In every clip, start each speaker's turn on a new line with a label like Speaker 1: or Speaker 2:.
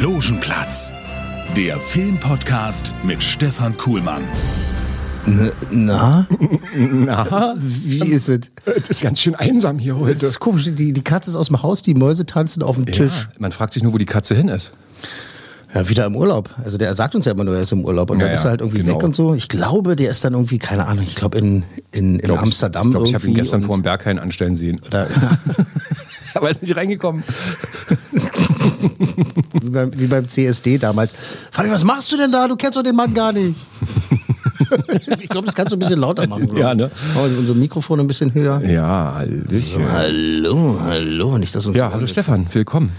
Speaker 1: Logenplatz, der Filmpodcast mit Stefan Kuhlmann.
Speaker 2: N- Na?
Speaker 3: Na,
Speaker 2: Wie ist es? Also-
Speaker 3: das ist ganz schön einsam hier
Speaker 2: Das
Speaker 3: heute.
Speaker 2: ist komisch. Die, die Katze ist aus dem Haus, die Mäuse tanzen auf dem Tisch.
Speaker 3: man fragt sich nur, wo die Katze hin ist.
Speaker 2: Ja, wieder im Urlaub. Also der sagt uns ja immer nur, er ist im Urlaub. Und
Speaker 3: Ja,
Speaker 2: dann ist
Speaker 3: ja,
Speaker 2: er halt irgendwie
Speaker 3: genau.
Speaker 2: weg und so. Ich glaube, der ist dann irgendwie, keine Ahnung, ich glaube in, in, in
Speaker 3: Glaub ich-
Speaker 2: Amsterdam
Speaker 3: Ich glaube, ich habe ihn
Speaker 2: irgendwie
Speaker 3: gestern
Speaker 2: und-
Speaker 3: vor dem Berghain anstellen sehen.
Speaker 2: Oder,
Speaker 3: Aber er ist nicht reingekommen.
Speaker 2: wie, beim, wie beim CSD damals. Fabi, was machst du denn da? Du kennst doch den Mann gar nicht. ich glaube, das kannst du ein bisschen lauter machen. glaub ich.
Speaker 3: Ja, ne?
Speaker 2: Machen wir unser Mikrofon ein bisschen höher.
Speaker 3: Ja, Hallöchen.
Speaker 2: Also, halt. Hallo, hallo. Nicht, dass uns
Speaker 3: Ja, hallo Stefan, willkommen.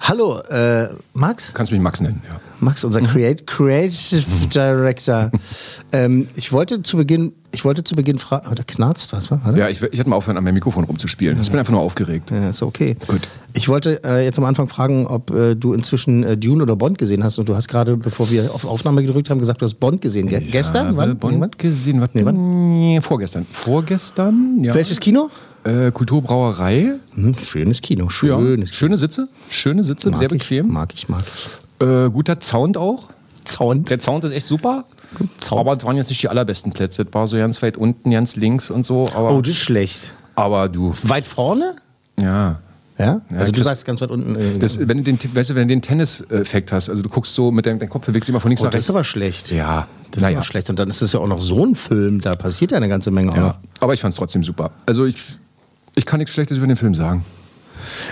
Speaker 2: Hallo, äh, Max?
Speaker 3: Kannst mich Max nennen, ja.
Speaker 2: Max,
Speaker 3: Mhm.
Speaker 2: unser Create, Creative Director. ähm, ich wollte zu Beginn, ich wollte zu Beginn fragen, oh, da knarzt was, wa? Warte.
Speaker 3: Ja, ich, ich hätte mal aufhören, an meinem Mikrofon rumzuspielen. Ich bin einfach nur aufgeregt. Äh,
Speaker 2: Ja, ist okay.
Speaker 3: Gut.
Speaker 2: Ich wollte äh, jetzt am Anfang fragen, ob äh, du inzwischen äh, Dune oder Bond gesehen hast. Und du hast gerade, bevor wir auf Aufnahme gedrückt haben, gesagt, du hast Bond gesehen. Ge gestern?
Speaker 3: Habe
Speaker 2: wann?
Speaker 3: Bond
Speaker 2: Irgendwann?
Speaker 3: gesehen. Was?
Speaker 2: Nee,
Speaker 3: Nee, vorgestern. Vorgestern, ja.
Speaker 2: Welches Kino?
Speaker 3: Äh, Kulturbrauerei.
Speaker 2: Hm, schönes Kino.
Speaker 3: Ja.
Speaker 2: Schönes Kino.
Speaker 3: Schöne Sitze. Schöne Sitze, sehr bequem.
Speaker 2: Mag ich, mag ich.
Speaker 3: Äh, guter Sound auch.
Speaker 2: Zaun.
Speaker 3: Der Sound ist echt super.
Speaker 2: Zaun.
Speaker 3: Aber es waren jetzt nicht die allerbesten Plätze. Es war so ganz weit unten, ganz links und so. Aber,
Speaker 2: Oh, das ist schlecht.
Speaker 3: aber du,
Speaker 2: Weit vorne?
Speaker 3: ja.
Speaker 2: Ja? also du
Speaker 3: das-
Speaker 2: sagst ganz weit unten. Äh,
Speaker 3: Das, wenn du den, weißt du, wenn du den Tennis-Effekt hast, also du guckst so mit deinem, dein Kopf bewegst sich immer von links
Speaker 2: oh,
Speaker 3: nach
Speaker 2: das
Speaker 3: rechts.
Speaker 2: ist aber schlecht.
Speaker 3: ja,
Speaker 2: Das ist
Speaker 3: naja.
Speaker 2: auch schlecht. Und dann ist es ja auch noch so ein Film, da passiert ja eine ganze Menge auch noch.
Speaker 3: ja. Aber ich fand es trotzdem super. Also ich, ich kann nichts Schlechtes über den Film sagen.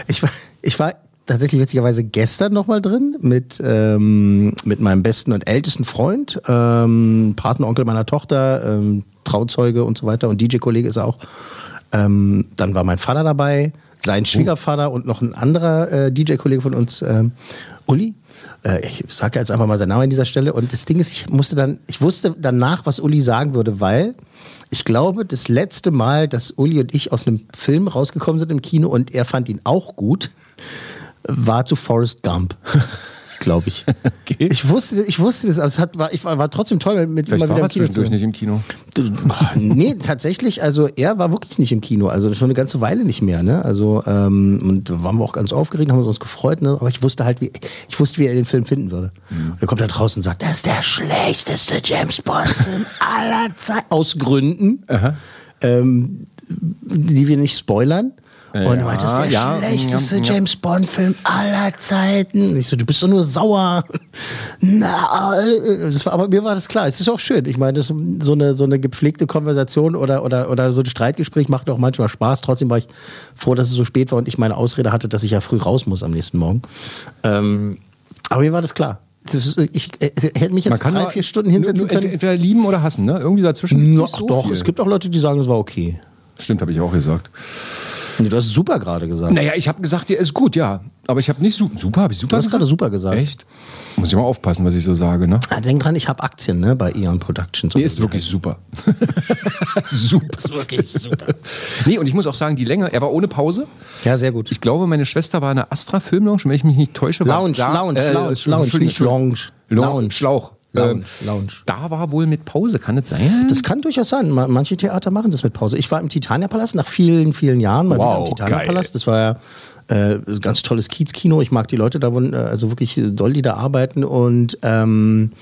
Speaker 2: Ich war, ich war tatsächlich witzigerweise gestern nochmal drin mit, ähm, mit meinem besten und ältesten Freund, ähm, Patenonkel meiner Tochter, ähm, Trauzeuge und so weiter und DJ-Kollege ist er auch. Ähm, dann war mein Vater dabei,
Speaker 3: Oh.
Speaker 2: sein Schwiegervater und noch ein anderer äh, DJ-Kollege von uns, ähm, Uli. Äh, ich sage jetzt einfach mal seinen Namen an dieser Stelle. Und das Ding ist, ich musste dann, ich wusste danach, was Uli sagen würde, weil ich glaube, das letzte Mal, dass Uli und ich aus einem Film rausgekommen sind im Kino und er fand ihn auch gut, war zu Forrest Gump. Glaube ich.
Speaker 3: Okay.
Speaker 2: Ich wusste, ich wusste das, aber es hat, war, ich war, war trotzdem toll, mit ihm mal
Speaker 3: Vielleicht
Speaker 2: wieder
Speaker 3: war
Speaker 2: im
Speaker 3: er
Speaker 2: Kino zu
Speaker 3: zwischendurch
Speaker 2: sein.
Speaker 3: nicht im Kino.
Speaker 2: Nee, tatsächlich, also er war wirklich nicht im Kino, also schon eine ganze Weile nicht mehr, ne? Also, ähm, und da waren wir auch ganz aufgeregt, haben uns gefreut, ne? Aber ich wusste halt, wie, ich wusste, wie er den Film finden würde.
Speaker 3: Mhm.
Speaker 2: Und er kommt da draußen und sagt, das ist der schlechteste James Bond-Film aller Zeit. Aus Gründen, ähm, die wir nicht spoilern. und er meinte, das ist der
Speaker 3: ja,
Speaker 2: schlechteste
Speaker 3: ja, ja.
Speaker 2: James Bond-Film aller Zeiten. Und Ich so, du bist doch nur sauer. Na, äh, das war, aber mir war das klar. Es ist auch schön. Ich meine, das, so, eine, so eine gepflegte Konversation oder, oder, oder so ein Streitgespräch macht auch manchmal Spaß. Trotzdem war ich froh, dass es so spät war und ich meine Ausrede hatte, dass ich ja früh raus muss am nächsten Morgen. Ähm, aber mir war das klar. Das ist, ich äh, hätte mich jetzt drei,
Speaker 3: nur-
Speaker 2: vier Stunden hinsetzen
Speaker 3: nur-
Speaker 2: können.
Speaker 3: Entweder lieben oder hassen, ne? Irgendwie dazwischen. gibt's
Speaker 2: Na,
Speaker 3: nicht so
Speaker 2: äh, doch,
Speaker 3: viel.
Speaker 2: es gibt auch Leute, die sagen, es war okay.
Speaker 3: Stimmt, habe ich auch gesagt.
Speaker 2: Nee, du hast es super gerade gesagt.
Speaker 3: Naja, ich habe gesagt, der ist gut, ja. Aber ich habe nicht super. Super, habe ich super
Speaker 2: Du hast gerade super gesagt.
Speaker 3: Echt? Muss ich mal aufpassen, was ich so sage, ne?
Speaker 2: Ah, denk dran, ich habe Aktien ne, bei Eon Productions.
Speaker 3: Nee, ist wirklich super. super. Ist wirklich super. Nee, und ich muss auch sagen, die Länge, er war ohne Pause.
Speaker 2: Ja, sehr gut.
Speaker 3: Ich glaube, meine Schwester war in der Astra Film Lounge, wenn ich mich nicht täusche. war
Speaker 2: Lounge,
Speaker 3: da,
Speaker 2: Lounge,
Speaker 3: äh,
Speaker 2: Lounge,
Speaker 3: Entschuldigung,
Speaker 2: Lounge,
Speaker 3: Entschuldigung, Lounge,
Speaker 2: Lounge,
Speaker 3: Schlauch.
Speaker 2: Lounge,
Speaker 3: Ähm,
Speaker 2: Lounge.
Speaker 3: Da war wohl mit Pause, kann das sein?
Speaker 2: Das kann durchaus sein. Ma- Manche Theater machen das mit Pause. Ich war im Titaniapalast nach vielen, vielen Jahren mal
Speaker 3: Wow,
Speaker 2: wieder im Titaniapalast.
Speaker 3: geil.
Speaker 2: Das war ja äh, ein ganz tolles Kiezkino. Ich mag die Leute da, wun- äh, also wirklich äh, doll, die da arbeiten und ähm,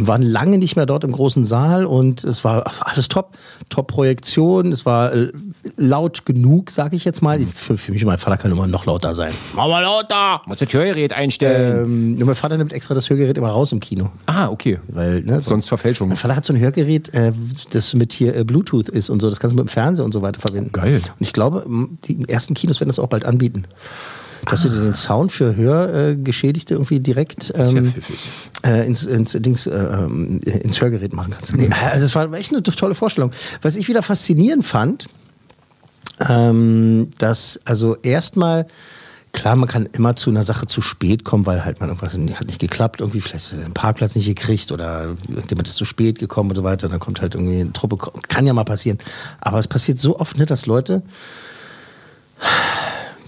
Speaker 2: waren lange nicht mehr dort im großen Saal und es war alles top, top Projektion. Es war äh, laut genug, sage ich jetzt mal. Für, für mich und mein Vater kann immer noch lauter sein.
Speaker 3: Mach mal lauter! Muss das Hörgerät einstellen.
Speaker 2: Ah. Ähm, nur mein Vater nimmt extra das Hörgerät immer raus im Kino.
Speaker 3: ah, okay.
Speaker 2: Weil, ne,
Speaker 3: Sonst Verfälschung.
Speaker 2: Mein Vater hat so ein Hörgerät, äh, das mit hier äh, Bluetooth ist und so. Das kannst du mit dem Fernseher und so weiter verwenden.
Speaker 3: geil.
Speaker 2: Und ich glaube, m, die ersten Kinos werden das auch bald anbieten. Dass du dir den Sound für Hörgeschädigte irgendwie direkt
Speaker 3: ist ja
Speaker 2: ähm,
Speaker 3: pfiffig.
Speaker 2: äh, ins, ins, Dings, äh, ähm, ins Hörgerät machen kannst.
Speaker 3: Mhm.
Speaker 2: Nee, also es war echt eine tolle Vorstellung. Was ich wieder faszinierend fand, ähm, dass also erstmal Klar, man kann immer zu einer Sache zu spät kommen, weil halt man irgendwas nicht- hat nicht geklappt, irgendwie vielleicht hast du den Parkplatz nicht gekriegt oder jemand ist zu spät gekommen und so weiter. Dann kommt halt irgendwie eine Truppe, kann ja mal passieren. Aber es passiert so oft, ne, dass Leute,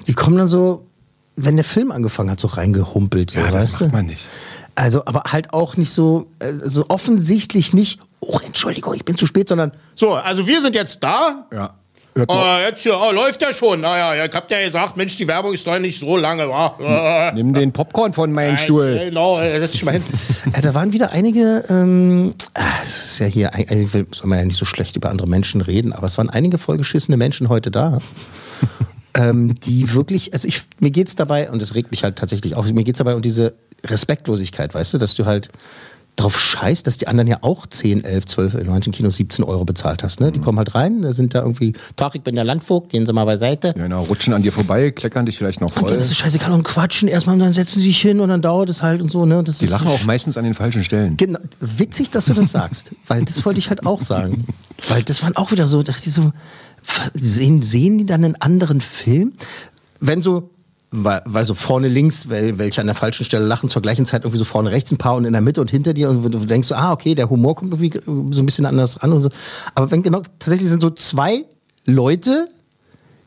Speaker 2: die kommen dann so, wenn der Film angefangen hat, so reingehumpelt. so,
Speaker 3: Ja, das
Speaker 2: weißt
Speaker 3: macht
Speaker 2: du?
Speaker 3: man nicht.
Speaker 2: Also, aber halt auch nicht so, äh, so offensichtlich nicht, oh, Entschuldigung, ich bin zu spät, sondern
Speaker 4: So, also wir sind jetzt da.
Speaker 3: Ja. Hört mal,
Speaker 4: Ah, jetzt hier, ah, läuft ja schon. Naja, ich hab ja gesagt, Mensch, die Werbung ist doch nicht so lange. Ah,
Speaker 3: nimm den Popcorn von meinem
Speaker 4: Äh,
Speaker 3: Stuhl.
Speaker 4: Genau, äh, setz dich mal hin.
Speaker 2: Ja, da waren wieder einige, ähm, ah, es ist ja hier, eigentlich will- soll man ja nicht so schlecht über andere Menschen reden, aber es waren einige vollgeschissene Menschen heute da. ähm, die wirklich, also ich, mir geht's dabei, und es regt mich halt tatsächlich auf, mir geht's dabei um diese Respektlosigkeit, weißt du, dass du halt drauf scheißt, dass die anderen ja auch 10, 11, 12, in manchen Kinos 17 Euro bezahlt hast, ne? Die kommen halt rein, da sind da irgendwie, Tag, ich bin der Landvogt, gehen Sie mal beiseite.
Speaker 3: Ja, genau, rutschen an dir vorbei, kleckern dich vielleicht noch
Speaker 2: Und dann
Speaker 3: voll.
Speaker 2: ist es scheißegal und quatschen erstmal und dann setzen sie sich hin und dann dauert es halt und so, ne? Und das
Speaker 3: Die
Speaker 2: ist
Speaker 3: lachen
Speaker 2: so
Speaker 3: auch meistens an den falschen Stellen.
Speaker 2: Genau, witzig, dass du das sagst, weil das wollte ich halt auch sagen. Weil das waren auch wieder so, dass die so, sehen, sehen die dann einen anderen Film? Wenn so, weil, weil so vorne links, wel- welche an der falschen Stelle lachen, zur gleichen Zeit irgendwie so vorne rechts ein paar und in der Mitte und hinter dir und du denkst so, ah, okay, der Humor kommt irgendwie äh, so ein bisschen anders an und so. Aber wenn genau, tatsächlich sind so zwei Leute,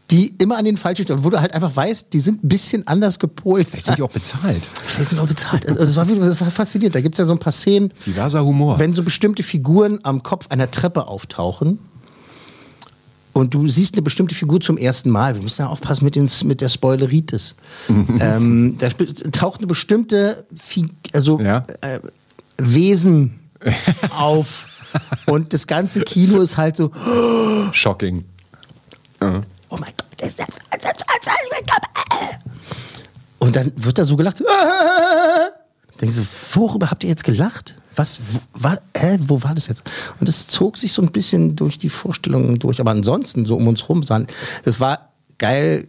Speaker 2: die immer an den falschen Stellen, wo du halt einfach weißt, die sind ein bisschen anders gepolt.
Speaker 3: Vielleicht sind die auch bezahlt.
Speaker 2: Die sind auch bezahlt. Also, das war wieder das war faszinierend. Da gibt es ja so ein paar Szenen,
Speaker 3: Diverser Humor.
Speaker 2: wenn so bestimmte Figuren am Kopf einer Treppe auftauchen und du siehst eine bestimmte Figur zum ersten Mal, wir müssen ja aufpassen mit, den, mit der Spoileritis, ähm, da sp- taucht eine bestimmte Fi also,
Speaker 3: Ja.
Speaker 2: äh, Wesen auf. Und das ganze Kino ist halt so,
Speaker 3: Shocking.
Speaker 2: oh mein Gott, ist das, ist das, ist das, Und dann wird da so gelacht. Denkst du, worüber habt ihr jetzt gelacht? Was, wo, wa, hä, wo war das jetzt? Und es zog sich so ein bisschen durch die Vorstellungen durch. Aber ansonsten, so um uns rum, sahen, das war geil,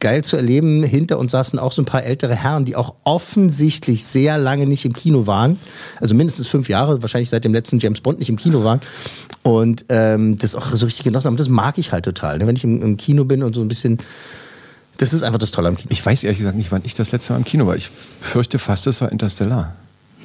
Speaker 2: geil zu erleben. Hinter uns saßen auch so ein paar ältere Herren, die auch offensichtlich sehr lange nicht im Kino waren. Also mindestens fünf Jahre, wahrscheinlich seit dem letzten James Bond nicht im Kino waren. Und ähm, das auch so richtig genossen haben. Das mag ich halt total. Ne? Wenn ich im, im Kino bin und so ein bisschen. Das ist einfach das Tolle am Kino.
Speaker 3: Ich weiß ehrlich gesagt nicht, wann ich das letzte Mal im Kino war. Ich fürchte fast, das war Interstellar.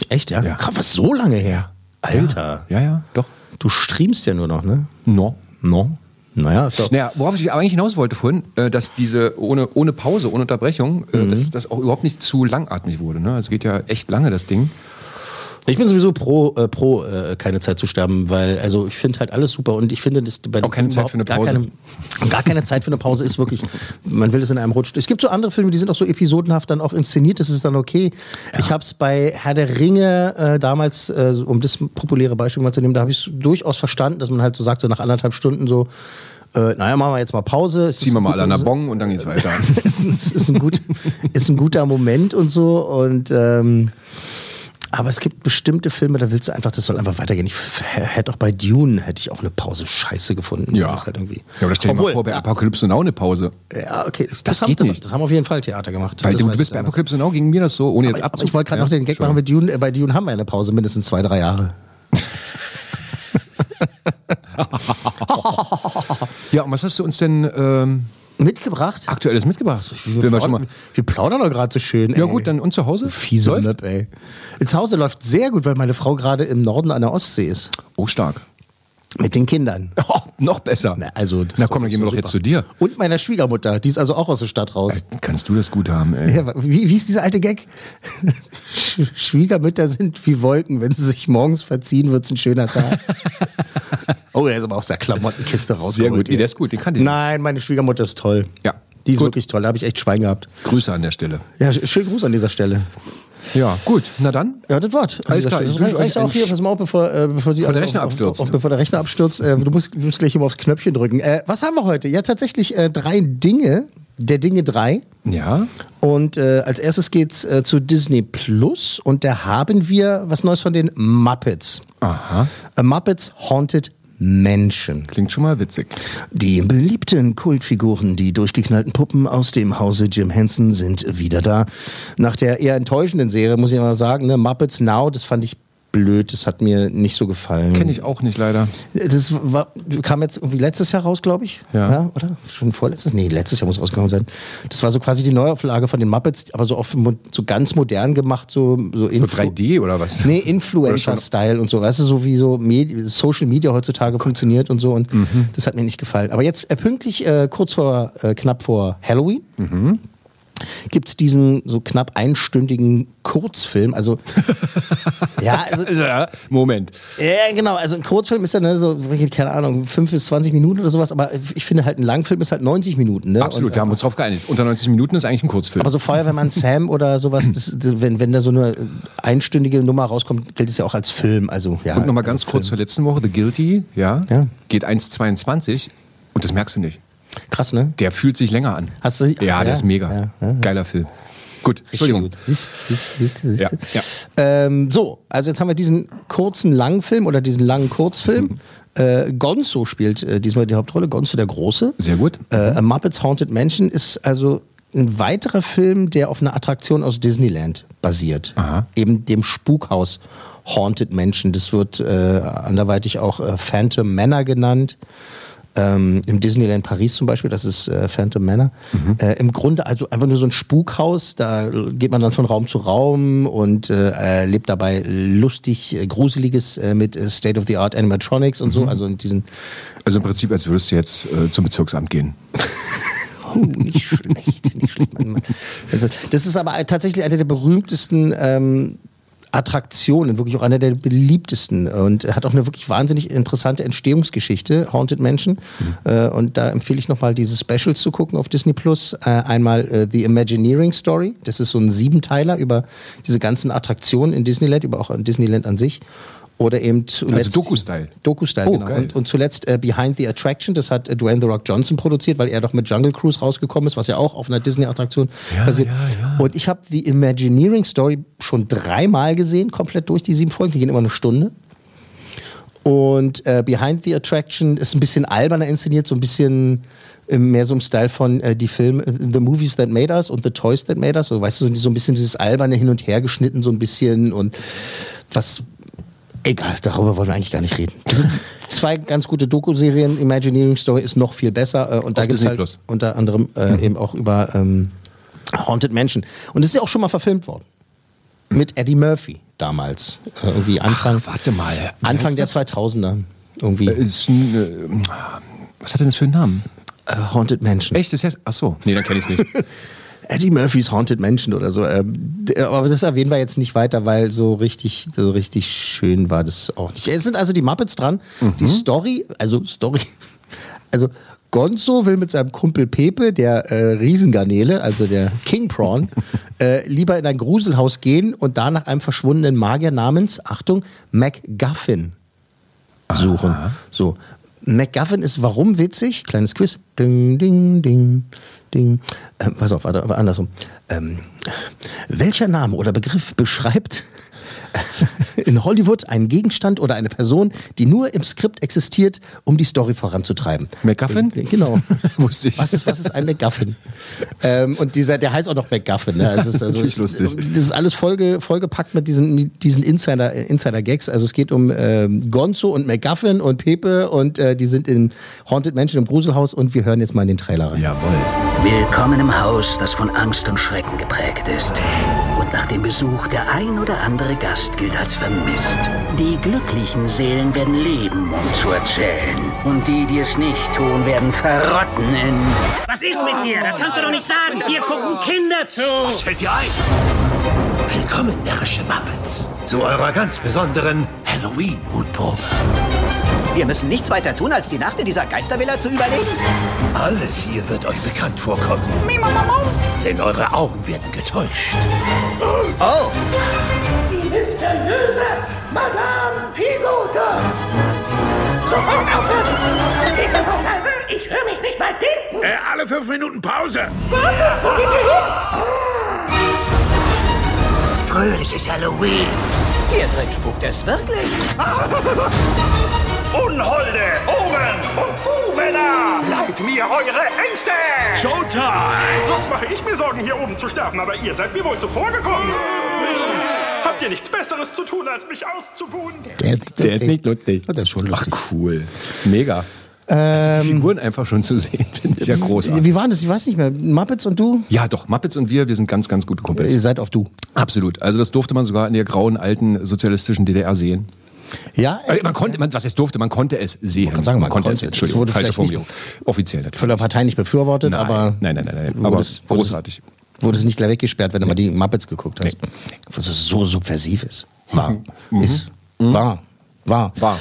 Speaker 2: Echt, ja?
Speaker 3: Ja.
Speaker 2: Krass, was so lange her? Alter.
Speaker 3: Ja, ja, doch.
Speaker 2: Du streamst ja nur noch, ne?
Speaker 3: No.
Speaker 2: No. Naja, ist doch.
Speaker 3: Naja, worauf ich eigentlich hinaus wollte vorhin, äh, dass diese ohne, ohne Pause, ohne Unterbrechung,
Speaker 2: Mhm.
Speaker 3: äh, dass das auch überhaupt nicht zu langatmig wurde. Ne? Also geht ja echt lange das Ding.
Speaker 2: Ich bin sowieso pro, äh, pro äh, keine Zeit zu sterben, weil also ich finde halt alles super und ich finde das bei
Speaker 3: Auch keine Zeit für eine
Speaker 2: überhaupt
Speaker 3: Pause.
Speaker 2: Gar keine, gar keine Zeit für eine Pause ist wirklich. Man will es in einem Rutsch. Es gibt so andere Filme, die sind auch so episodenhaft dann auch inszeniert. Das ist dann okay. Ich habe es bei Herr der Ringe äh, damals, äh, um das populäre Beispiel mal zu nehmen, da habe ich es durchaus verstanden, dass man halt so sagt so nach anderthalb Stunden so. Äh, naja, machen wir jetzt mal Pause. Es
Speaker 3: Ziehen
Speaker 2: ist
Speaker 3: wir mal
Speaker 2: gut,
Speaker 3: alle an der
Speaker 2: so-
Speaker 3: Bong und dann geht's weiter.
Speaker 2: ist, ein- ist, ein gut, ist ein guter Moment und so. Und ähm, aber es gibt bestimmte Filme, da willst du einfach, das soll einfach weitergehen. Ich f- hätte auch bei Dune hätte ich auch eine Pause scheiße gefunden.
Speaker 3: ja.
Speaker 2: Das ist Halt irgendwie.
Speaker 3: ja, oder stell dir mal
Speaker 2: Obwohl, äh,
Speaker 3: vor, bei Apokalypse Now eine Pause.
Speaker 2: Ja, okay. Das,
Speaker 3: Das
Speaker 2: haben,
Speaker 3: geht
Speaker 2: das,
Speaker 3: nicht.
Speaker 2: das haben auf jeden Fall Theater gemacht.
Speaker 3: Weil
Speaker 2: Das
Speaker 3: du
Speaker 2: weiß
Speaker 3: bist
Speaker 2: ich
Speaker 3: bei
Speaker 2: damals.
Speaker 3: Apokalypse Now gegen mir das so, ohne jetzt
Speaker 2: Aber
Speaker 3: abzu.
Speaker 2: ich wollte gerade noch den Gag machen mit Dune. Äh, bei Dune haben wir eine Pause, mindestens zwei, drei Jahre.
Speaker 3: Ja, und was hast du uns denn ähm,
Speaker 2: Mitgebracht?
Speaker 3: aktuelles mitgebracht? Will man schon mal.
Speaker 2: wir plaudern doch gerade so schön.
Speaker 3: Ja
Speaker 2: ey.
Speaker 3: gut, dann und zu Hause?
Speaker 2: Äh, Fiese
Speaker 3: Läuft?
Speaker 2: Möb, ey. Zu Hause läuft sehr gut, weil meine Frau gerade im Norden an der Ostsee ist.
Speaker 3: Oh, stark.
Speaker 2: Mit den Kindern.
Speaker 3: Oh, noch besser.
Speaker 2: Na, also, das
Speaker 3: Na
Speaker 2: ist
Speaker 3: komm,
Speaker 2: doch
Speaker 3: dann gehen wir
Speaker 2: so
Speaker 3: doch jetzt
Speaker 2: super.
Speaker 3: zu dir.
Speaker 2: Und meiner Schwiegermutter, die ist also auch aus der Stadt raus.
Speaker 3: Kannst du das gut haben, äh, ey.
Speaker 2: Ja, wie, wie ist dieser alte Gag? Sch- Schwiegermütter sind wie Wolken, wenn sie sich morgens verziehen, wird es ein schöner Tag. oh, er ist aber aus der Klamottenkiste raus.
Speaker 3: Sehr gut. Nee, der ist gut, den kann ich.
Speaker 2: Nein, meine Schwiegermutter ist toll.
Speaker 3: Ja,
Speaker 2: Die ist
Speaker 3: gut.
Speaker 2: wirklich toll, da habe ich echt Schwein gehabt.
Speaker 3: Grüße an der Stelle.
Speaker 2: Ja, sch- schönen Gruß an dieser Stelle.
Speaker 3: Ja, gut. Na dann.
Speaker 2: Ja, das war's. An
Speaker 3: Alles
Speaker 2: dieser
Speaker 3: klar,
Speaker 2: Stelle.
Speaker 3: ich wünsche
Speaker 2: Das reicht
Speaker 3: euch
Speaker 2: auch hier,
Speaker 3: einen
Speaker 2: pass mal auf, bevor, äh, bevor, die,
Speaker 3: Bevor der Rechner
Speaker 2: auf- auf-
Speaker 3: abstürzt.
Speaker 2: Auf, bevor der Rechner abstürzt. Äh, du, musst, du musst gleich immer aufs Knöpfchen drücken. Äh, was haben wir heute? Ja, tatsächlich äh, drei Dinge. Der Dinge drei.
Speaker 3: Ja.
Speaker 2: Und äh, als erstes geht's äh, zu Disney Plus und da haben wir was Neues von den Muppets.
Speaker 3: Aha.
Speaker 2: Äh, Muppets Haunted Mansion.
Speaker 3: Klingt schon mal witzig.
Speaker 2: Die beliebten Kultfiguren, die durchgeknallten Puppen aus dem Hause Jim Henson sind wieder da. Nach der eher enttäuschenden Serie, muss ich mal sagen, ne, Muppets Now, das fand ich blöd. Das hat mir nicht so gefallen.
Speaker 3: Kenne ich auch nicht leider.
Speaker 2: Das war, kam jetzt irgendwie letztes Jahr raus, glaube ich.
Speaker 3: Ja.
Speaker 2: Oder? Schon vorletztes? Nee, letztes Jahr muss rausgekommen sein. Das war so quasi die Neuauflage von den Muppets, aber so, auf, mo- so ganz modern gemacht, so, so,
Speaker 3: So
Speaker 2: Influ-
Speaker 3: 3D oder was?
Speaker 2: Nee,
Speaker 3: Oder
Speaker 2: Influencer-Style und so. Weißt du, so wie so Medi Social Media heutzutage funktioniert und so. Und
Speaker 3: Mhm.
Speaker 2: das hat mir nicht gefallen. Aber jetzt äh, pünktlich, äh, kurz vor, äh, knapp vor Halloween,
Speaker 3: Mhm.
Speaker 2: gibt es diesen so knapp einstündigen Kurzfilm. Also, ja, also
Speaker 3: Ja, Moment.
Speaker 2: ja, genau. Also ein Kurzfilm ist ja ne, so, keine Ahnung, 5 bis 20 Minuten oder sowas. Aber ich finde halt, ein Langfilm ist halt 90 Minuten. Ne?
Speaker 3: Absolut,
Speaker 2: Und,
Speaker 3: wir haben uns drauf geeinigt. Unter 90 Minuten ist eigentlich ein Kurzfilm.
Speaker 2: aber so Feuerwehrmann Sam oder sowas, das, das, wenn, wenn da so eine einstündige Nummer rauskommt, gilt es ja auch als Film. Also, ja,
Speaker 3: Und nochmal
Speaker 2: also
Speaker 3: ganz kurz zur letzten Woche, The Guilty, ja,
Speaker 2: Ja.
Speaker 3: geht 1,22 und das merkst du nicht.
Speaker 2: Krass, ne?
Speaker 3: Der fühlt sich länger an.
Speaker 2: Hast du-
Speaker 3: ja,
Speaker 2: ja,
Speaker 3: der ist mega.
Speaker 2: ja, ja, ja.
Speaker 3: Geiler Film. Gut, Entschuldigung.
Speaker 2: Gut. Siehst, siehst, siehst, siehst.
Speaker 3: Ja, ja.
Speaker 2: Ähm, so, also jetzt haben wir diesen kurzen Langfilm oder diesen langen
Speaker 3: Mhm.
Speaker 2: Kurzfilm. Äh, Gonzo spielt äh, diesmal die Hauptrolle, Gonzo der Große.
Speaker 3: Sehr gut.
Speaker 2: Äh, A Muppets Haunted Mansion ist also ein weiterer Film, der auf einer Attraktion aus Disneyland basiert.
Speaker 3: Aha.
Speaker 2: Eben dem Spukhaus Haunted Mansion. Das wird äh, anderweitig auch äh, Phantom Manor genannt. Ähm, Im Disneyland Paris zum Beispiel, das ist äh, Phantom Manor. Äh, Im Grunde also einfach nur so ein Spukhaus, da geht man dann von Raum zu Raum und äh, erlebt dabei lustig, äh, gruseliges äh, mit äh, State-of-the-Art Animatronics und so, also in diesen
Speaker 3: Also im Prinzip, als würdest du jetzt äh, zum Bezirksamt gehen.
Speaker 2: Oh, nicht schlecht, nicht schlecht. Man, man, also, das ist aber tatsächlich eine der berühmtesten ähm, Attraktionen, wirklich auch eine der beliebtesten und hat auch eine wirklich wahnsinnig interessante Entstehungsgeschichte, Haunted Mansion.
Speaker 3: Mhm.
Speaker 2: Äh, und da empfehle ich nochmal diese Specials zu gucken auf Disney Plus. Äh, einmal äh, The Imagineering Story, das ist so ein Siebenteiler über diese ganzen Attraktionen in Disneyland, über auch Disneyland an sich. Oder eben
Speaker 3: Also Doku-Style.
Speaker 2: Doku-Style,
Speaker 3: Oh,
Speaker 2: genau.
Speaker 3: geil.
Speaker 2: Und, und zuletzt äh, Behind the Attraction, das hat äh, Dwayne The Rock Johnson produziert, weil er doch mit Jungle Cruise rausgekommen ist, was ja auch auf einer Disney-Attraktion basiert. Und ich habe die Imagineering Story schon dreimal gesehen, komplett durch die sieben Folgen, die gehen immer eine Stunde. Und äh, Behind the Attraction ist ein bisschen alberner inszeniert, so ein bisschen äh, mehr so im Style von äh, die Filme The Movies That Made Us und The Toys That Made Us. So, weißt du, so- so ein bisschen dieses alberne hin und her geschnitten, so ein bisschen und was. Egal, darüber wollen wir eigentlich gar nicht reden. Das sind zwei ganz gute Doku-Serien. Imagineering Story ist noch viel besser. Äh, und da
Speaker 3: Auf
Speaker 2: gibt es
Speaker 3: Disney
Speaker 2: halt
Speaker 3: Plus. Mhm.
Speaker 2: unter anderem äh, eben auch über ähm, Haunted Mansion. Und das ist ja auch schon mal verfilmt worden. Mit Eddie Murphy damals. Äh, irgendwie Anfang.
Speaker 3: warte mal. Wie
Speaker 2: Anfang
Speaker 3: heißt
Speaker 2: der
Speaker 3: das?
Speaker 2: 2000er. Irgendwie.
Speaker 3: Äh, Ist ein, äh, was hat denn das für einen Namen?
Speaker 2: äh, Haunted Mansion.
Speaker 3: Echt? Das heißt, ach so. Nee, dann kenne ich es nicht.
Speaker 2: Eddie Murphys Haunted Mansion oder so. Ähm, d- aber das erwähnen wir jetzt nicht weiter, weil so richtig, so richtig schön war das auch nicht. Es sind also die Muppets dran. Die Story, also Story. Also Gonzo will mit seinem Kumpel Pepe, der äh, Riesengarnele, also der King Prawn, äh, lieber in ein Gruselhaus gehen und da nach einem verschwundenen Magier namens, Achtung, MacGuffin suchen. So. McGuffin ist warum witzig? Kleines Quiz. Ding, ding, ding, ding. Ähm, pass auf, warte, aber andersrum. Ähm, welcher Name oder Begriff beschreibt in Hollywood einen Gegenstand oder eine Person, die nur im Skript existiert, um die Story voranzutreiben?
Speaker 3: MacGuffin?
Speaker 2: Genau.
Speaker 3: Wusste ich.
Speaker 2: Was ist, was ist ein McGuffin? ähm, und dieser, der heißt auch noch McGuffin. Ne? Es ist also,
Speaker 3: Natürlich lustig.
Speaker 2: Das ist alles vollge, vollgepackt mit diesen, mit diesen Insider, äh, Insider-Gags. also es geht um ähm, Gonzo und McGuffin und Pepe und äh, die sind in Haunted Mansion im Gruselhaus und wir hören jetzt mal in den Trailer rein.
Speaker 3: Jawohl.
Speaker 5: Willkommen im Haus, das von Angst und Schrecken geprägt ist. Und nach dem Besuch der ein oder andere Gast gilt als vermisst. Die glücklichen Seelen werden leben, um zu erzählen. Und die, die es nicht tun, werden verrotten in...
Speaker 6: Was ist mit dir? Das kannst du doch nicht sagen. Hier gucken Kinder zu. Was fällt dir ein?
Speaker 7: Willkommen, närrische Muppets, zu eurer ganz besonderen Halloween-Mutprobe.
Speaker 5: Wir müssen nichts weiter tun, als die Nacht in dieser Geistervilla zu überleben.
Speaker 7: Alles hier wird euch bekannt vorkommen. Denn eure Augen werden getäuscht.
Speaker 8: Die mysteriöse Madame Pilote! Sofort aufhören! Geht das auf leise? Ich höre mich nicht mal denken!
Speaker 4: Äh, alle fünf Minuten Pause.
Speaker 8: Warte, wo geht ihr hin?
Speaker 5: Fröhliches Halloween. Hier drin spukt es wirklich.
Speaker 8: Unholde, oben und Bubener! Leiht mir eure Ängste!
Speaker 6: Showtime!
Speaker 8: Sonst mache ich mir Sorgen, hier oben zu sterben, aber ihr seid mir wohl zuvorgekommen!
Speaker 9: Habt ihr nichts Besseres zu tun, als mich auszubuhen?
Speaker 2: Der, ist
Speaker 3: Der ist nicht lustig.
Speaker 2: Der ist schon
Speaker 3: Ach
Speaker 2: lustig. Ähm,
Speaker 3: cool. Mega. also die Figuren einfach schon zu sehen, finde ich ja großartig.
Speaker 2: äh, Wie waren das? Ich weiß nicht mehr. Muppets und du?
Speaker 3: Ja, doch, Muppets und wir, wir sind ganz, ganz gute Kumpels.
Speaker 2: Ihr seid auf du.
Speaker 3: Absolut. Also das durfte man sogar in der grauen alten sozialistischen DDR sehen.
Speaker 2: Ja,
Speaker 3: Äh, Man konnte, man, was heißt durfte, man konnte es sehen.
Speaker 2: kann sagen, man konnte
Speaker 3: es,
Speaker 2: es. Es
Speaker 3: Entschuldigung,
Speaker 2: wurde
Speaker 3: falsche
Speaker 2: vielleicht nicht-
Speaker 3: Formulierung. Offiziell natürlich.
Speaker 2: von der Partei nicht befürwortet,
Speaker 3: Nein,
Speaker 2: aber.
Speaker 3: nein, nein, nein, nein.
Speaker 2: Wurde
Speaker 3: Aber
Speaker 2: es- wurde es-
Speaker 3: großartig.
Speaker 2: Wurde es nicht gleich weggesperrt, wenn du mal die Muppets geguckt hast. Was es so subversiv ist. War. Ist. War. War.
Speaker 3: War.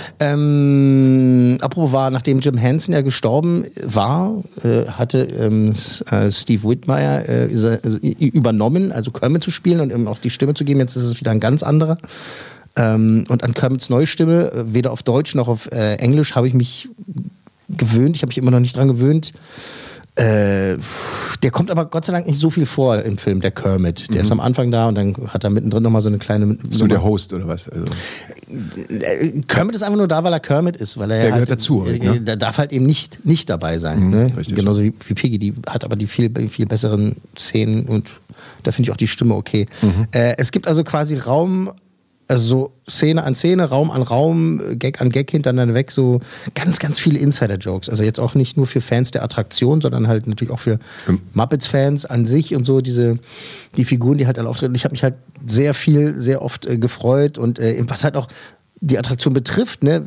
Speaker 2: Ähm, apropos war, nachdem Jim Henson ja gestorben war, äh, hatte ähm, S- äh, Steve Whitmire äh, se- se- i- übernommen, also Kermit zu spielen und ihm auch die Stimme zu geben. Jetzt ist es wieder ein ganz anderer. Ähm, und an Kermits neue Stimme, äh, weder auf Deutsch noch auf äh, Englisch, habe ich mich gewöhnt. Ich habe mich immer noch nicht dran gewöhnt. Äh, der kommt aber Gott sei Dank nicht so viel vor im Film, der Kermit. Der ist am Anfang da und dann hat er mittendrin nochmal so eine kleine.
Speaker 3: Mhm. So der Host oder was? Also,
Speaker 2: Kermit ist einfach nur da, weil er Kermit ist. Weil er
Speaker 3: Der
Speaker 2: halt,
Speaker 3: gehört dazu,
Speaker 2: Äh,
Speaker 3: ne? Mhm,
Speaker 2: Der darf halt eben nicht, nicht dabei sein. ne?
Speaker 3: richtig.
Speaker 2: Genauso wie, wie Piggy, die hat aber die viel, viel besseren Szenen und da finde ich auch die Stimme okay.
Speaker 3: Mhm.
Speaker 2: Äh, es gibt also quasi Raum. Also so Szene an Szene, Raum an Raum, äh, Gag an Gag hintereinander weg, so ganz, ganz viele Insider-Jokes. Also jetzt auch nicht nur für Fans der Attraktion, sondern halt natürlich auch für Muppets-Fans an sich und so, diese, die Figuren, die halt alle auftreten. Ich habe mich halt sehr viel, sehr oft äh, gefreut und äh, was halt auch die Attraktion betrifft, ne,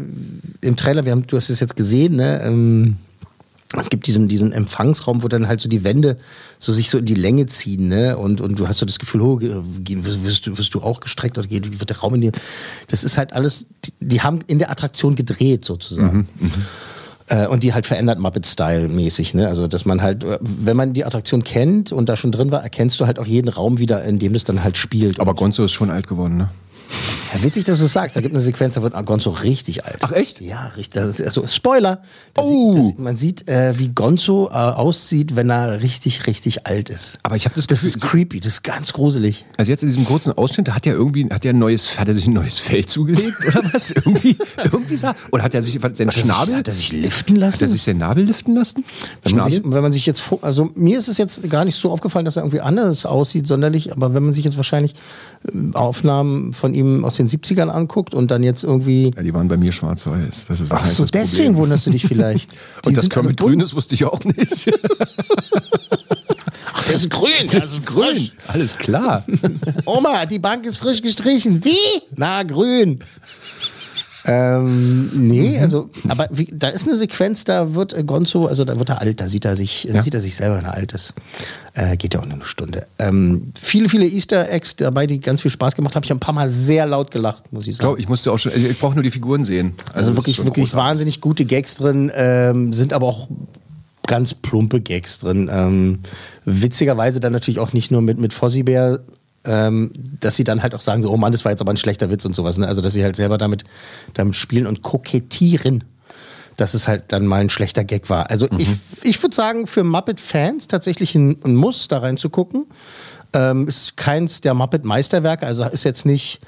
Speaker 2: im Trailer, wir haben, du hast es jetzt gesehen, ne, ähm, es gibt diesen, diesen Empfangsraum, wo dann halt so die Wände so sich so in die Länge ziehen, ne? Und, und du hast so das Gefühl, oh, ge- ge- wirst, du, wirst du auch gestreckt oder geht, wird der Raum in dir. Das ist halt alles, die, die haben in der Attraktion gedreht sozusagen. Äh, und die halt verändert Muppet-Style-mäßig, ne? Also, dass man halt, äh, wenn man die Attraktion kennt und da schon drin war, erkennst du halt auch jeden Raum wieder, in dem das dann halt spielt.
Speaker 3: aber Gonzo ist schon alt geworden, ne?
Speaker 2: Ja, witzig, dass du es sagst. Da gibt eine Sequenz, da wird Gonzo richtig alt.
Speaker 3: Ach, echt?
Speaker 2: Ja, richtig. Das ist, also Spoiler. Da
Speaker 3: Oh.
Speaker 2: sieht, das, man sieht, äh, wie Gonzo äh, aussieht, wenn er richtig, richtig alt ist.
Speaker 3: Aber ich habe das
Speaker 2: Das
Speaker 3: Gefühl-
Speaker 2: ist creepy, das ist ganz gruselig.
Speaker 3: Also jetzt in diesem kurzen Ausschnitt, da hat er irgendwie, hat er ein neues, hat er sich ein neues Fell zugelegt oder was? irgendwie, irgendwie sah, oder hat er sich seinen Schnabel,
Speaker 2: Hat er sich liften lassen?
Speaker 3: hat er sich seinen Nabel liften lassen?
Speaker 2: wenn, man sich, wenn man sich jetzt, fu- also mir ist es jetzt gar nicht so aufgefallen, dass er irgendwie anders aussieht, sonderlich, aber wenn man sich jetzt wahrscheinlich äh, Aufnahmen von ihm aus den 70ern anguckt und dann jetzt irgendwie.
Speaker 3: Ja, die waren bei mir schwarz-weiß. Das ist
Speaker 2: Ach
Speaker 3: wahrscheinlich
Speaker 2: so,
Speaker 3: das Problem.
Speaker 2: deswegen wunderst du dich vielleicht. Die
Speaker 3: Und das
Speaker 2: sind alle
Speaker 3: Kermit
Speaker 2: bunt.
Speaker 3: Grün ist, wusste ich auch nicht.
Speaker 4: Ach, der ist grün. Der ist grün.
Speaker 3: Alles klar.
Speaker 2: Oma, die Bank ist frisch gestrichen. Wie? Na, grün. Ähm, nee, also, aber wie, da ist eine Sequenz, da wird äh, Gonzo, also da wird er alt, da sieht er sich, äh, sieht er sich selber, wenn er alt ist. Äh, geht ja auch nur eine Stunde. Ähm, viele, viele Easter Eggs dabei, die ganz viel Spaß gemacht haben. Ich habe ein paar Mal sehr laut gelacht, muss ich
Speaker 3: Ich
Speaker 2: sagen.
Speaker 3: glaube, ich musste auch schon, also ich brauche nur die Figuren sehen.
Speaker 2: Also,
Speaker 3: es ist
Speaker 2: wirklich,
Speaker 3: schon
Speaker 2: wirklich
Speaker 3: großartig.
Speaker 2: wahnsinnig gute Gags drin, ähm, sind aber auch ganz plumpe Gags drin. Ähm, witzigerweise dann natürlich auch nicht nur mit, mit Fossibär, ähm, dass sie dann halt auch sagen, so, oh Mann, das war jetzt aber ein schlechter Witz und sowas. Ne? Also, dass sie halt selber damit, damit spielen und kokettieren, dass es halt dann mal ein schlechter Gag war. Also, ich,
Speaker 3: Mhm.
Speaker 2: ich würde sagen, für Muppet-Fans tatsächlich ein, ein Muss, da reinzugucken. Ähm, ist keins der Muppet-Meisterwerke, also ist jetzt nicht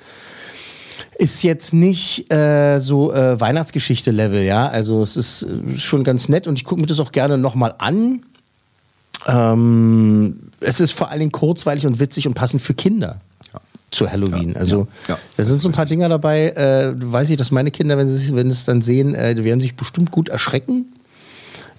Speaker 2: ist jetzt nicht äh, so äh, Weihnachtsgeschichte-Level, ja. Also es ist äh, schon ganz nett und ich gucke mir das auch gerne nochmal an. Ähm, es ist vor allen Dingen kurzweilig und witzig und passend für Kinder zu Halloween. also
Speaker 3: ja, ja.
Speaker 2: da sind so ein paar Dinger dabei, äh, weiß ich, dass meine Kinder, wenn sie es- wenn sie es dann sehen, äh, die werden sich bestimmt gut erschrecken.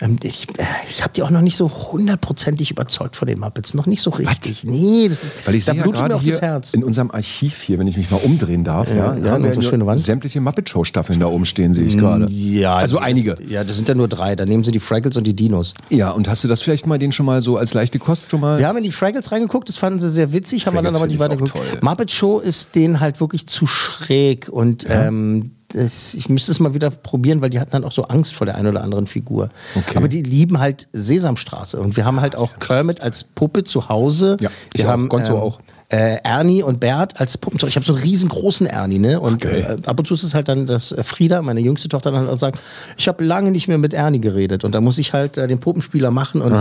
Speaker 2: Ähm, ich äh, ich habe die auch noch nicht so hundertprozentig überzeugt von den Muppets. Noch nicht so richtig. Nee, das ist,
Speaker 3: Weil ich
Speaker 2: da
Speaker 3: sehe ja
Speaker 2: blutet mir
Speaker 3: gerade
Speaker 2: auch das
Speaker 3: hier
Speaker 2: Herz.
Speaker 3: in unserem Archiv hier, wenn ich mich mal umdrehen darf, ja,
Speaker 2: ja,
Speaker 3: da haben wir
Speaker 2: unsere
Speaker 3: ja
Speaker 2: schöne Wand. Mm,
Speaker 3: sämtliche Muppet-Show-Staffeln da oben stehen, sehe ich gerade.
Speaker 2: Ja,
Speaker 3: also
Speaker 2: das-
Speaker 3: einige.
Speaker 2: Ja, das sind ja nur drei. Da nehmen sie die Fraggles und die Dinos.
Speaker 3: Ja, und hast du das vielleicht mal den schon mal so als leichte Kost schon mal?
Speaker 2: Wir haben in die Fraggles reingeguckt, das fanden sie sehr witzig, haben wir dann
Speaker 3: Fraggles
Speaker 2: aber nicht
Speaker 3: finde ich auch
Speaker 2: weitergeguckt. Muppet Show ist denen halt wirklich zu schräg und ähm, das, ich müsste es mal wieder probieren, weil die hatten dann auch so Angst vor der einen oder anderen Figur.
Speaker 3: Okay. Ah,
Speaker 2: Aber die lieben halt Sesamstraße und wir haben halt auch Kermit als Puppe zu Hause.
Speaker 3: Ja, ich
Speaker 2: wir
Speaker 3: auch,
Speaker 2: haben
Speaker 3: Gonzo auch.
Speaker 2: Äh, Ernie und Bert als Puppenzeug. Ich habe so einen riesengroßen Ernie, ne? Und äh, ab und zu ist es halt dann, dass äh, Frieda, meine jüngste Tochter, dann halt auch sagt, ich habe lange nicht mehr mit Ernie geredet. Und da muss ich halt äh, den Puppenspieler machen und,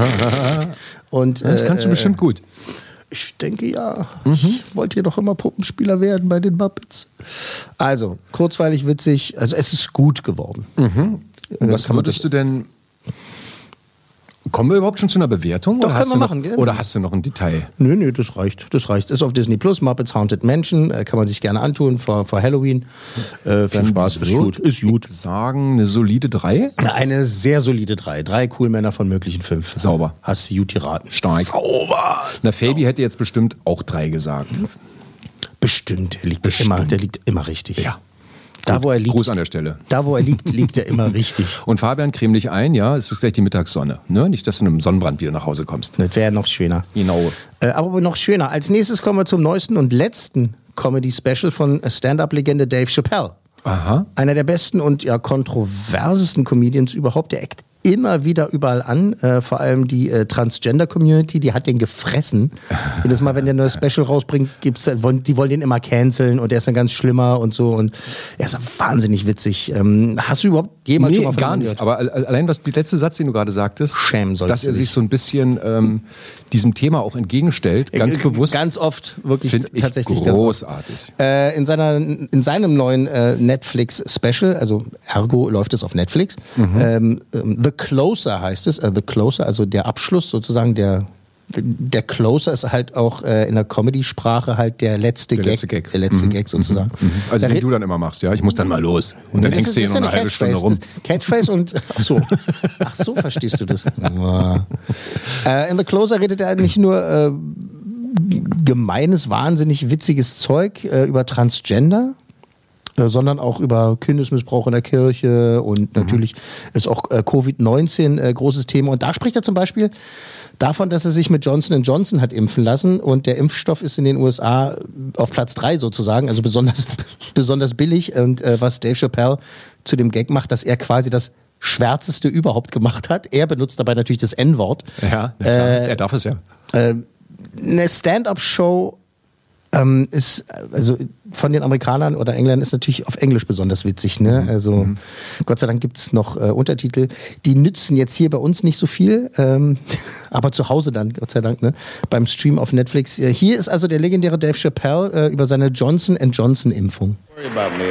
Speaker 2: und
Speaker 3: das
Speaker 2: äh,
Speaker 3: kannst du bestimmt gut.
Speaker 2: ich denke ja. Ich wollte ja doch immer Puppenspieler werden bei den Muppets. Also, kurzweilig witzig.
Speaker 3: Mhm.
Speaker 2: Also, es ist gut geworden.
Speaker 3: Was würdest du denn Kommen wir überhaupt schon zu einer Bewertung?
Speaker 2: Doch,
Speaker 3: oder,
Speaker 2: können
Speaker 3: hast du
Speaker 2: wir
Speaker 3: noch,
Speaker 2: machen, gerne.
Speaker 3: oder hast du noch ein Detail?
Speaker 2: Nö, nö, das reicht. Das reicht. Ist auf Disney Plus, Muppets Haunted Mansion. Äh, kann man sich gerne antun vor, vor Halloween. Äh, viel Spaß. Ist
Speaker 3: würd
Speaker 2: gut. Ist gut.
Speaker 3: Ich sagen, eine solide 3.
Speaker 2: Eine sehr solide drei. Drei cool Männer von möglichen fünf.
Speaker 3: Sauber.
Speaker 2: Hast du gut geraten.
Speaker 3: Stark.
Speaker 2: Sauber.
Speaker 3: Na, Fabi hätte jetzt bestimmt auch 3 gesagt.
Speaker 2: Bestimmt. Der liegt, Immer, der liegt immer richtig.
Speaker 3: Ja.
Speaker 2: Da, wo er liegt.
Speaker 3: Gruß an der Stelle.
Speaker 2: Da, wo er liegt, liegt er immer richtig.
Speaker 3: Und Fabian, creme dich ein, ja, es ist gleich die Mittagssonne. Ne? Nicht, dass du mit einem Sonnenbrand wieder nach Hause kommst.
Speaker 2: Das wäre noch schöner.
Speaker 3: Genau.
Speaker 2: Äh, aber noch schöner. Als nächstes kommen wir zum neuesten und letzten Comedy-Special von Stand-Up-Legende Dave Chappelle.
Speaker 3: Aha.
Speaker 2: Einer der besten und ja kontroversesten Comedians überhaupt. Der eckt immer wieder überall an. Äh, vor allem die äh, Transgender-Community, die hat den gefressen. Jedes Mal, wenn der ein neues Special rausbringt, gibt's, dann wollen, die wollen den immer canceln und der ist dann ganz schlimmer und so. Und er ist wahnsinnig witzig. Ähm, hast du überhaupt jemals schon mal von
Speaker 3: gar
Speaker 2: ihm
Speaker 3: nicht.
Speaker 2: gehört?
Speaker 3: Aber al- allein was die letzte Satz, den du gerade sagtest,
Speaker 2: Schämen sollst
Speaker 3: dass
Speaker 2: du
Speaker 3: er sich
Speaker 2: dich.
Speaker 3: so ein bisschen ähm, diesem Thema auch entgegenstellt, ganz
Speaker 2: Äh,
Speaker 3: bewusst.
Speaker 2: Ganz oft, wirklich
Speaker 3: Find ich
Speaker 2: tatsächlich. ganz oft.
Speaker 3: großartig.
Speaker 2: äh, in, seiner, in seinem neuen äh, Netflix-Special, also ergo läuft es auf Netflix,
Speaker 3: Mhm.
Speaker 2: ähm, ähm, The Closer heißt es, äh, The Closer, also der Abschluss sozusagen, der, der Closer ist halt auch äh, in der Comedy-Sprache halt der letzte
Speaker 3: Der
Speaker 2: Gag.
Speaker 3: letzte Gag. Mhm.
Speaker 2: Der letzte Gag sozusagen.
Speaker 3: Also
Speaker 2: Da
Speaker 3: den
Speaker 2: red-
Speaker 3: du dann immer machst, ja. Ich muss dann mal los. Und dann
Speaker 2: das
Speaker 3: hängst
Speaker 2: ist-
Speaker 3: du hier
Speaker 2: das
Speaker 3: noch
Speaker 2: ist ja
Speaker 3: eine halbe Stunde rum.
Speaker 2: Catchphrase. Das- Catchphrase und ach so. Ach so, verstehst du das? äh, in The Closer redet er nicht nur äh, gemeines, wahnsinnig witziges Zeug äh, über Transgender, äh, sondern auch über Kindesmissbrauch in der Kirche
Speaker 3: Mhm.
Speaker 2: und natürlich ist auch äh, Covid-19 äh, großes Thema. Und da spricht er zum Beispiel davon, dass er sich mit Johnson Johnson hat impfen lassen und der Impfstoff ist in den USA auf Platz drei sozusagen, also besonders, besonders billig. Und äh, was Dave Chappelle zu dem Gag macht, dass er quasi das Schwärzeste überhaupt gemacht hat. Er benutzt dabei natürlich das N-Wort.
Speaker 3: Ja, na klar.
Speaker 2: Äh,
Speaker 3: er darf es ja.
Speaker 2: Eine Stand-up-Show ähm, ist, also von den Amerikanern oder Engländern ist natürlich auf Englisch besonders witzig. Ne? Also Gott sei Dank gibt es noch äh, Untertitel. Die nützen jetzt hier bei uns nicht so viel, ähm, aber zu Hause dann, Gott sei Dank, ne? beim Stream auf Netflix. Äh, Hier ist also der legendäre Dave Chappelle äh, über seine Johnson Johnson-Impfung.
Speaker 10: worry about me.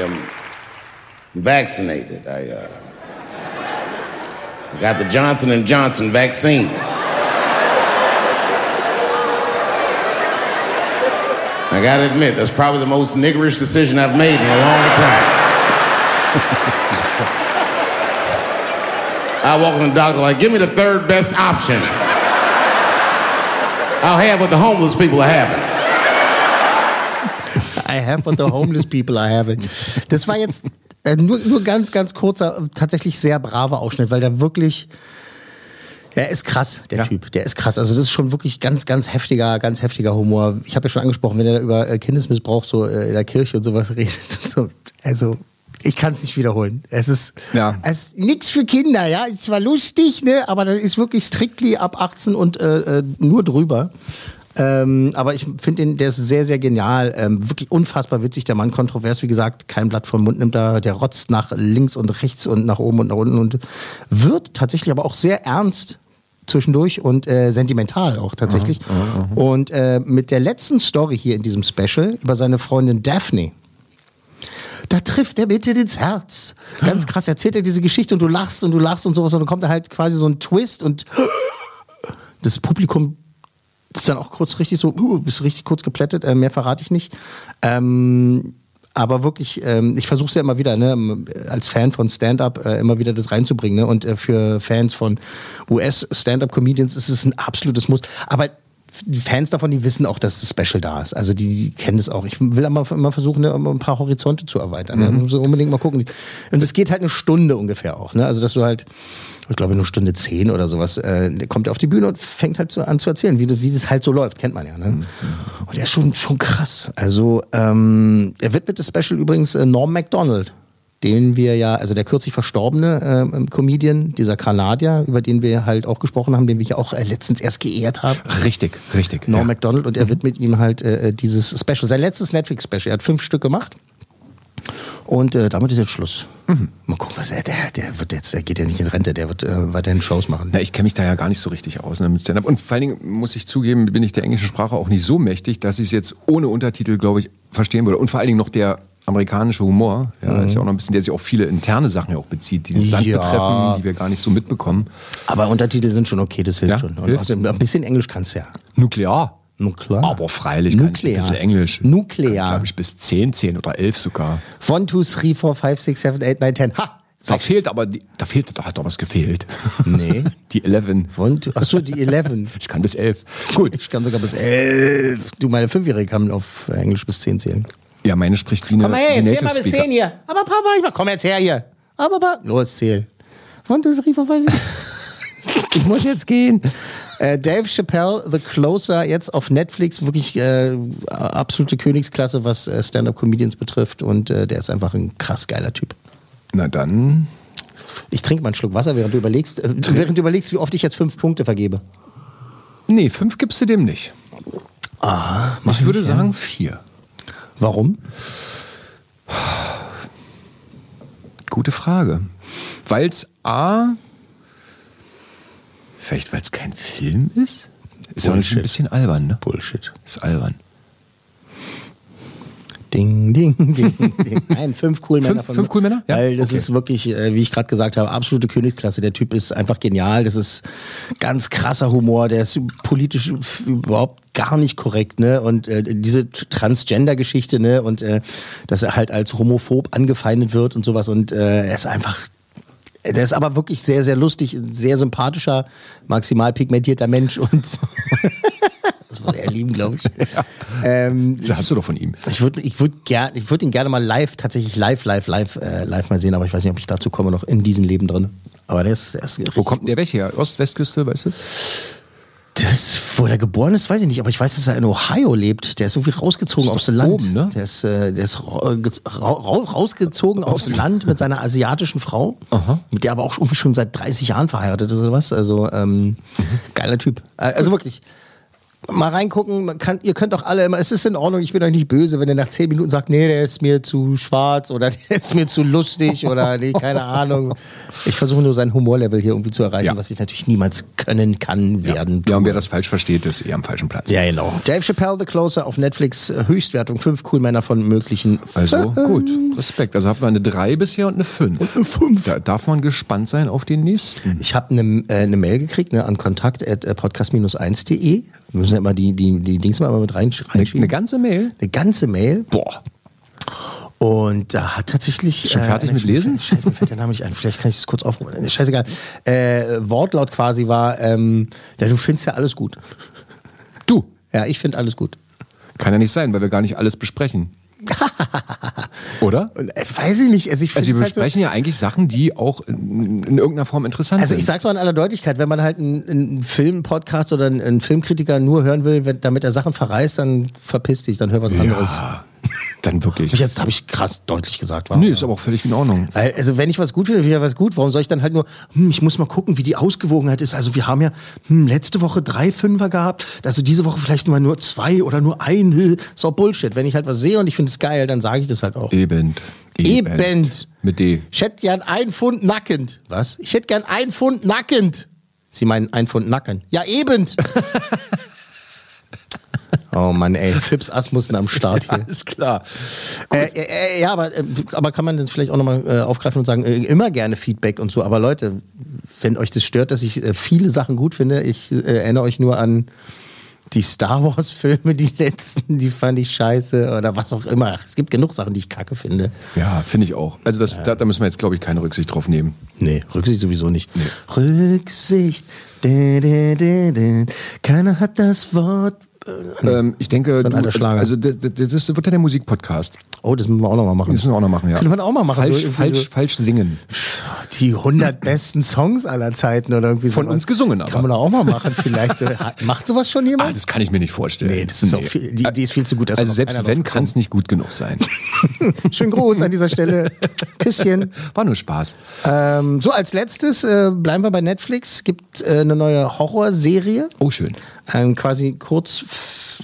Speaker 10: I'm vaccinated. I uh, I got the Johnson and Johnson vaccine. I gotta admit, that's probably the most niggerish decision I've made in a long time. I walk in the doctor like, give me the third best option. I'll have what the homeless people are having.
Speaker 2: I have what the homeless people are having. Das war jetzt äh, nur, nur ganz, ganz kurzer, äh, tatsächlich sehr braver Ausschnitt, weil der wirklich. Er ist krass, der Typ. Der ist krass. Also das ist schon wirklich ganz, ganz heftiger, ganz heftiger Humor. Ich habe ja schon angesprochen, wenn er da über äh, Kindesmissbrauch so äh, in der Kirche und sowas redet. So, also ich kann es nicht wiederholen. Es ist,
Speaker 3: Ja.
Speaker 2: es ist nichts für Kinder, ja. Es war lustig, ne? Aber das ist wirklich strictly ab 18 und äh, äh, nur drüber. Ähm, aber ich finde den, der ist sehr, sehr genial. Ähm, wirklich unfassbar witzig, der Mann. Kontrovers, wie gesagt, kein Blatt vom Mund nimmt da. Der rotzt nach links und rechts und nach oben und nach unten und wird tatsächlich aber auch sehr ernst zwischendurch und äh, sentimental auch tatsächlich. Und äh, mit der letzten Story hier in diesem Special über seine Freundin Daphne. Da trifft er bitte ins Herz. Ganz krass erzählt er diese Geschichte und du lachst und du lachst und sowas und dann kommt da halt quasi so ein Twist und das Publikum ist dann auch kurz richtig so, uh, bist richtig kurz geplättet, äh, mehr verrate ich nicht. Ähm, aber wirklich, ähm, ich versuche es ja immer wieder, ne, als Fan von Stand-Up äh, immer wieder das reinzubringen. Ne? Und äh, für Fans von US-Stand-Up-Comedians ist es ein absolutes Muss. Aber die Fans davon, die wissen auch, dass das Special da ist. Also die, die kennen das auch. Ich will aber immer versuchen, ne, immer ein paar Horizonte zu erweitern. Ne? Muss unbedingt mal gucken. Und es geht halt eine Stunde ungefähr auch. Ne? Also dass du halt, ich glaube nur Stunde zehn oder sowas, äh, der kommt auf die Bühne und fängt halt so an zu erzählen, wie, das- wie das halt so läuft, kennt man ja. Ne? Und er ist schon, schon krass. Also ähm, er widmet das Special übrigens äh, Norm Macdonald den wir ja, also der kürzlich verstorbene ähm, Comedian, dieser Kanadier, über den wir halt auch gesprochen haben, den wir hier auch äh, letztens erst geehrt haben.
Speaker 3: Richtig, richtig.
Speaker 2: Norm
Speaker 3: ja. Mhm.
Speaker 2: MacDonald und er widmet ihm halt äh, dieses Special, sein letztes Netflix-Special. Er hat fünf Stück gemacht und äh, damit ist jetzt Schluss.
Speaker 3: Mhm.
Speaker 2: Mal gucken, was er, der, der wird jetzt, der geht ja nicht in Rente, der wird äh, weiterhin Shows machen.
Speaker 3: Na, ich kenne mich da ja gar nicht so richtig aus ne, mit Stand-up. Und vor allen Dingen muss ich zugeben, bin ich der englischen Sprache auch nicht so mächtig, dass ich es jetzt ohne Untertitel, glaube ich, verstehen würde. Und vor allen Dingen noch der amerikanische Humor. Ja, ist ja auch noch ein bisschen, der sich auf viele interne Sachen ja auch bezieht, die das Land
Speaker 2: Mhm. Ja.
Speaker 3: betreffen, die wir gar nicht so mitbekommen.
Speaker 2: Aber Untertitel sind schon okay, das hilft schon. Und
Speaker 3: hilft.
Speaker 2: außerdem, ein bisschen Englisch kannst du ja.
Speaker 3: Nuklear.
Speaker 2: Nuklear.
Speaker 3: Aber freilich kann ich
Speaker 2: Nuklear.
Speaker 3: ein bisschen Englisch.
Speaker 2: Nuklear.
Speaker 3: Glaube ich bis 10, 10 oder 11 sogar.
Speaker 2: 1, 2, 3, 4, 5, 6, 7, 8, 9, 10. Ha!
Speaker 3: Da fehlt aber, die, da fehlt, da hat doch was gefehlt.
Speaker 2: Nee.
Speaker 3: Die 11.
Speaker 2: One, two, achso, die 11.
Speaker 3: Ich kann bis 11. Gut.
Speaker 2: Ich kann sogar bis 11. Du, meine Fünfjährige kann auf Englisch bis 10 zählen.
Speaker 3: Ja, meine spricht wie eine,
Speaker 2: Komm mal her,
Speaker 3: wie
Speaker 2: jetzt
Speaker 3: eine
Speaker 2: zähl
Speaker 3: Native
Speaker 2: mal bis
Speaker 3: Speaker.
Speaker 2: 10 hier. Aber Papa, ich mach, komm jetzt her hier. Aber Papa, los, zähl. 1, 2, 3, 4, 5, 6.
Speaker 3: Ich muss jetzt gehen.
Speaker 2: Äh, Dave Chappelle, The Closer, jetzt auf Netflix, wirklich äh, absolute Königsklasse, was äh, Stand-Up-Comedians betrifft. Und äh, der ist einfach ein krass geiler Typ.
Speaker 3: Na dann.
Speaker 2: Ich trinke mal einen Schluck Wasser, während du überlegst, äh, während du überlegst, wie oft ich jetzt fünf Punkte vergebe.
Speaker 3: Nee, 5 gibst du dem nicht. Ah, ich würde sagen 4.
Speaker 2: Warum?
Speaker 3: Gute Frage. Weil es A. Vielleicht, weil es kein Film ist? Ist aber schon
Speaker 2: Bullshit.
Speaker 3: ein bisschen albern, ne?
Speaker 2: Bullshit.
Speaker 3: Ist albern.
Speaker 2: Ding, ding, ding, ding. Nein, fünf cool Männer.
Speaker 3: Fünf- fünf cool Männer? Ja,
Speaker 2: Weil das
Speaker 3: okay.
Speaker 2: ist wirklich, äh, wie ich gerade gesagt habe, absolute Königsklasse. Der Typ ist einfach genial. Das ist ganz krasser Humor. Der ist politisch f- überhaupt gar nicht korrekt, ne? Und äh, diese T- Transgender-Geschichte, ne? Und äh, dass er halt als homophob angefeindet wird und sowas. Und äh, er ist einfach. Der ist aber wirklich sehr, sehr lustig, ein sehr sympathischer, maximal pigmentierter Mensch und das würde er lieben, glaube ich. Ähm,
Speaker 3: Das hast du doch von ihm.
Speaker 2: ich würde ich würd gern, ich würd ihn gerne mal live, tatsächlich live, live, live, äh, live mal sehen, aber ich weiß nicht, ob ich dazu komme, noch in diesem Leben drin. Aber der ist, der ist
Speaker 3: Wo kommt denn der weg her? Ost-Westküste, weißt du es?
Speaker 2: Das, wo der geboren ist, weiß ich nicht, aber ich weiß, dass er in Ohio lebt. Der ist irgendwie rausgezogen
Speaker 3: Ist
Speaker 2: aufs
Speaker 3: doch
Speaker 2: Land.
Speaker 3: oben, ne?
Speaker 2: Der ist, äh, der ist ra ge- ra ra- rausgezogen aufs Land mit seiner asiatischen Frau, mit der aber auch irgendwie schon seit 30 Jahren verheiratet ist oder was. Also ähm,
Speaker 3: Mhm.
Speaker 2: geiler Typ. Äh, Also wirklich. Mal reingucken, man kann, ihr könnt auch alle immer, es ist in Ordnung, ich bin euch nicht böse, wenn ihr nach zehn Minuten sagt, nee, der ist mir zu schwarz oder der ist mir zu lustig oder nee, keine Ahnung. Ich versuche nur sein Humorlevel hier irgendwie zu erreichen,
Speaker 3: Ja.
Speaker 2: was ich natürlich niemals können kann, werden,
Speaker 3: Ja, und wer das falsch versteht, ist eh am falschen Platz.
Speaker 2: ja, genau. Dave Chappelle, The Closer auf Netflix, äh, Höchstwertung, fünf cool Männer von möglichen.
Speaker 3: Also gut, Respekt. Also hat man eine 3 bisher und eine 5. Und eine 5. Da darf man gespannt sein auf den nächsten.
Speaker 2: Ich habe eine äh, eine Mail gekriegt ne, an kontakt.podcast-1.de. Wir müssen ja immer die, die, die Dings mal mit rein, reinschieben.
Speaker 3: Eine ganze Mail?
Speaker 2: Eine ganze Mail.
Speaker 3: Boah.
Speaker 2: Und da hat tatsächlich.
Speaker 3: Schon fertig
Speaker 2: einer
Speaker 3: mit
Speaker 2: geschrieben,
Speaker 3: Lesen?
Speaker 2: Scheiße, mir fällt der Name nicht ein. Vielleicht kann ich das kurz aufrufen. Scheißegal. Äh, Wortlaut quasi war: ähm, ja, Du findest ja alles gut.
Speaker 3: Du,
Speaker 2: Ja, ich finde alles gut.
Speaker 3: kann ja nicht sein, weil wir gar nicht alles besprechen. Oder?
Speaker 2: Und, äh, weiß ich nicht. Also, ich find's
Speaker 3: Also wir
Speaker 2: halt so-
Speaker 3: besprechen ja eigentlich Sachen, die auch in, in irgendeiner Form interessant
Speaker 2: Also
Speaker 3: sind.
Speaker 2: ich sag's mal in aller Deutlichkeit, wenn man halt einen, einen Film-Podcast oder einen, einen Filmkritiker nur hören will, wenn, damit er Sachen verreißt, dann verpiss dich, dann hör was anderes.
Speaker 3: ja, dann wirklich.
Speaker 2: Ich- Jetzt habe ich krass deutlich gesagt. Wow.
Speaker 3: Nö, ist aber auch völlig in Ordnung.
Speaker 2: Weil, also wenn ich was gut finde, finde ich was gut. Warum soll ich dann halt nur, hm, ich muss mal gucken, wie die Ausgewogenheit ist. Also wir haben ja hm, letzte Woche drei Fünfer gehabt, also diese Woche vielleicht mal nur zwei oder nur ein. Ist auch Bullshit. Wenn ich halt was sehe und ich finde es geil, dann sage ich das halt auch.
Speaker 3: Eben.
Speaker 2: Eben.
Speaker 3: Mit D.
Speaker 2: Ich hätte gern ein Pfund nackend. Was? Ich hätte gern ein Pfund nackend. Sie meinen ein Pfund nacken. Ja, eben. oh Mann, ey. Fips Asmussen am Start hier.
Speaker 3: Alles klar.
Speaker 2: Äh, äh, äh, ja, aber, äh, aber kann man das vielleicht auch nochmal äh, aufgreifen und sagen, äh, immer gerne Feedback und so. Aber Leute, wenn euch das stört, dass ich äh, viele Sachen gut finde, ich äh, erinnere euch nur an die Star Wars-Filme, die letzten, die fand ich scheiße oder was auch immer. Es gibt genug Sachen, die ich kacke finde.
Speaker 3: Ja, finde ich auch. Also das, da, da müssen wir jetzt, glaube ich, keine Rücksicht drauf nehmen.
Speaker 2: Nee, Rücksicht sowieso nicht. Rücksicht. Dä, dä, dä, dä. Keiner hat das Wort. äh,
Speaker 3: Ähm, ich denke,
Speaker 2: Hm. So ein
Speaker 3: du,
Speaker 2: alter
Speaker 3: also,
Speaker 2: Schlager.
Speaker 3: also das, das ist- wird ja der Musikpodcast.
Speaker 2: Oh, das müssen wir auch nochmal machen.
Speaker 3: Das müssen wir auch noch machen, ja.
Speaker 2: Können wir auch mal machen.
Speaker 3: Falsch,
Speaker 2: so irgendwie
Speaker 3: falsch,
Speaker 2: so
Speaker 3: falsch singen.
Speaker 2: die 100 besten Songs aller Zeiten oder irgendwie
Speaker 3: Von
Speaker 2: sowas.
Speaker 3: uns gesungen aber.
Speaker 2: Kann man doch auch mal machen vielleicht. So, ha- macht sowas schon
Speaker 3: Ah,
Speaker 2: jemand?
Speaker 3: das kann ich mir nicht vorstellen.
Speaker 2: Nee, das ist auch viel- die Idee ist viel zu gut, dass
Speaker 3: Also
Speaker 2: noch
Speaker 3: selbst
Speaker 2: keiner
Speaker 3: wenn,
Speaker 2: drauf
Speaker 3: kann es nicht gut genug sein.
Speaker 2: Schönen Gruß an dieser Stelle. Küsschen.
Speaker 3: War nur Spaß.
Speaker 2: Ähm, so, als letztes äh, bleiben wir bei Netflix. Gibt äh, eine neue Horrorserie.
Speaker 3: Oh, schön.
Speaker 2: ähm, quasi kurz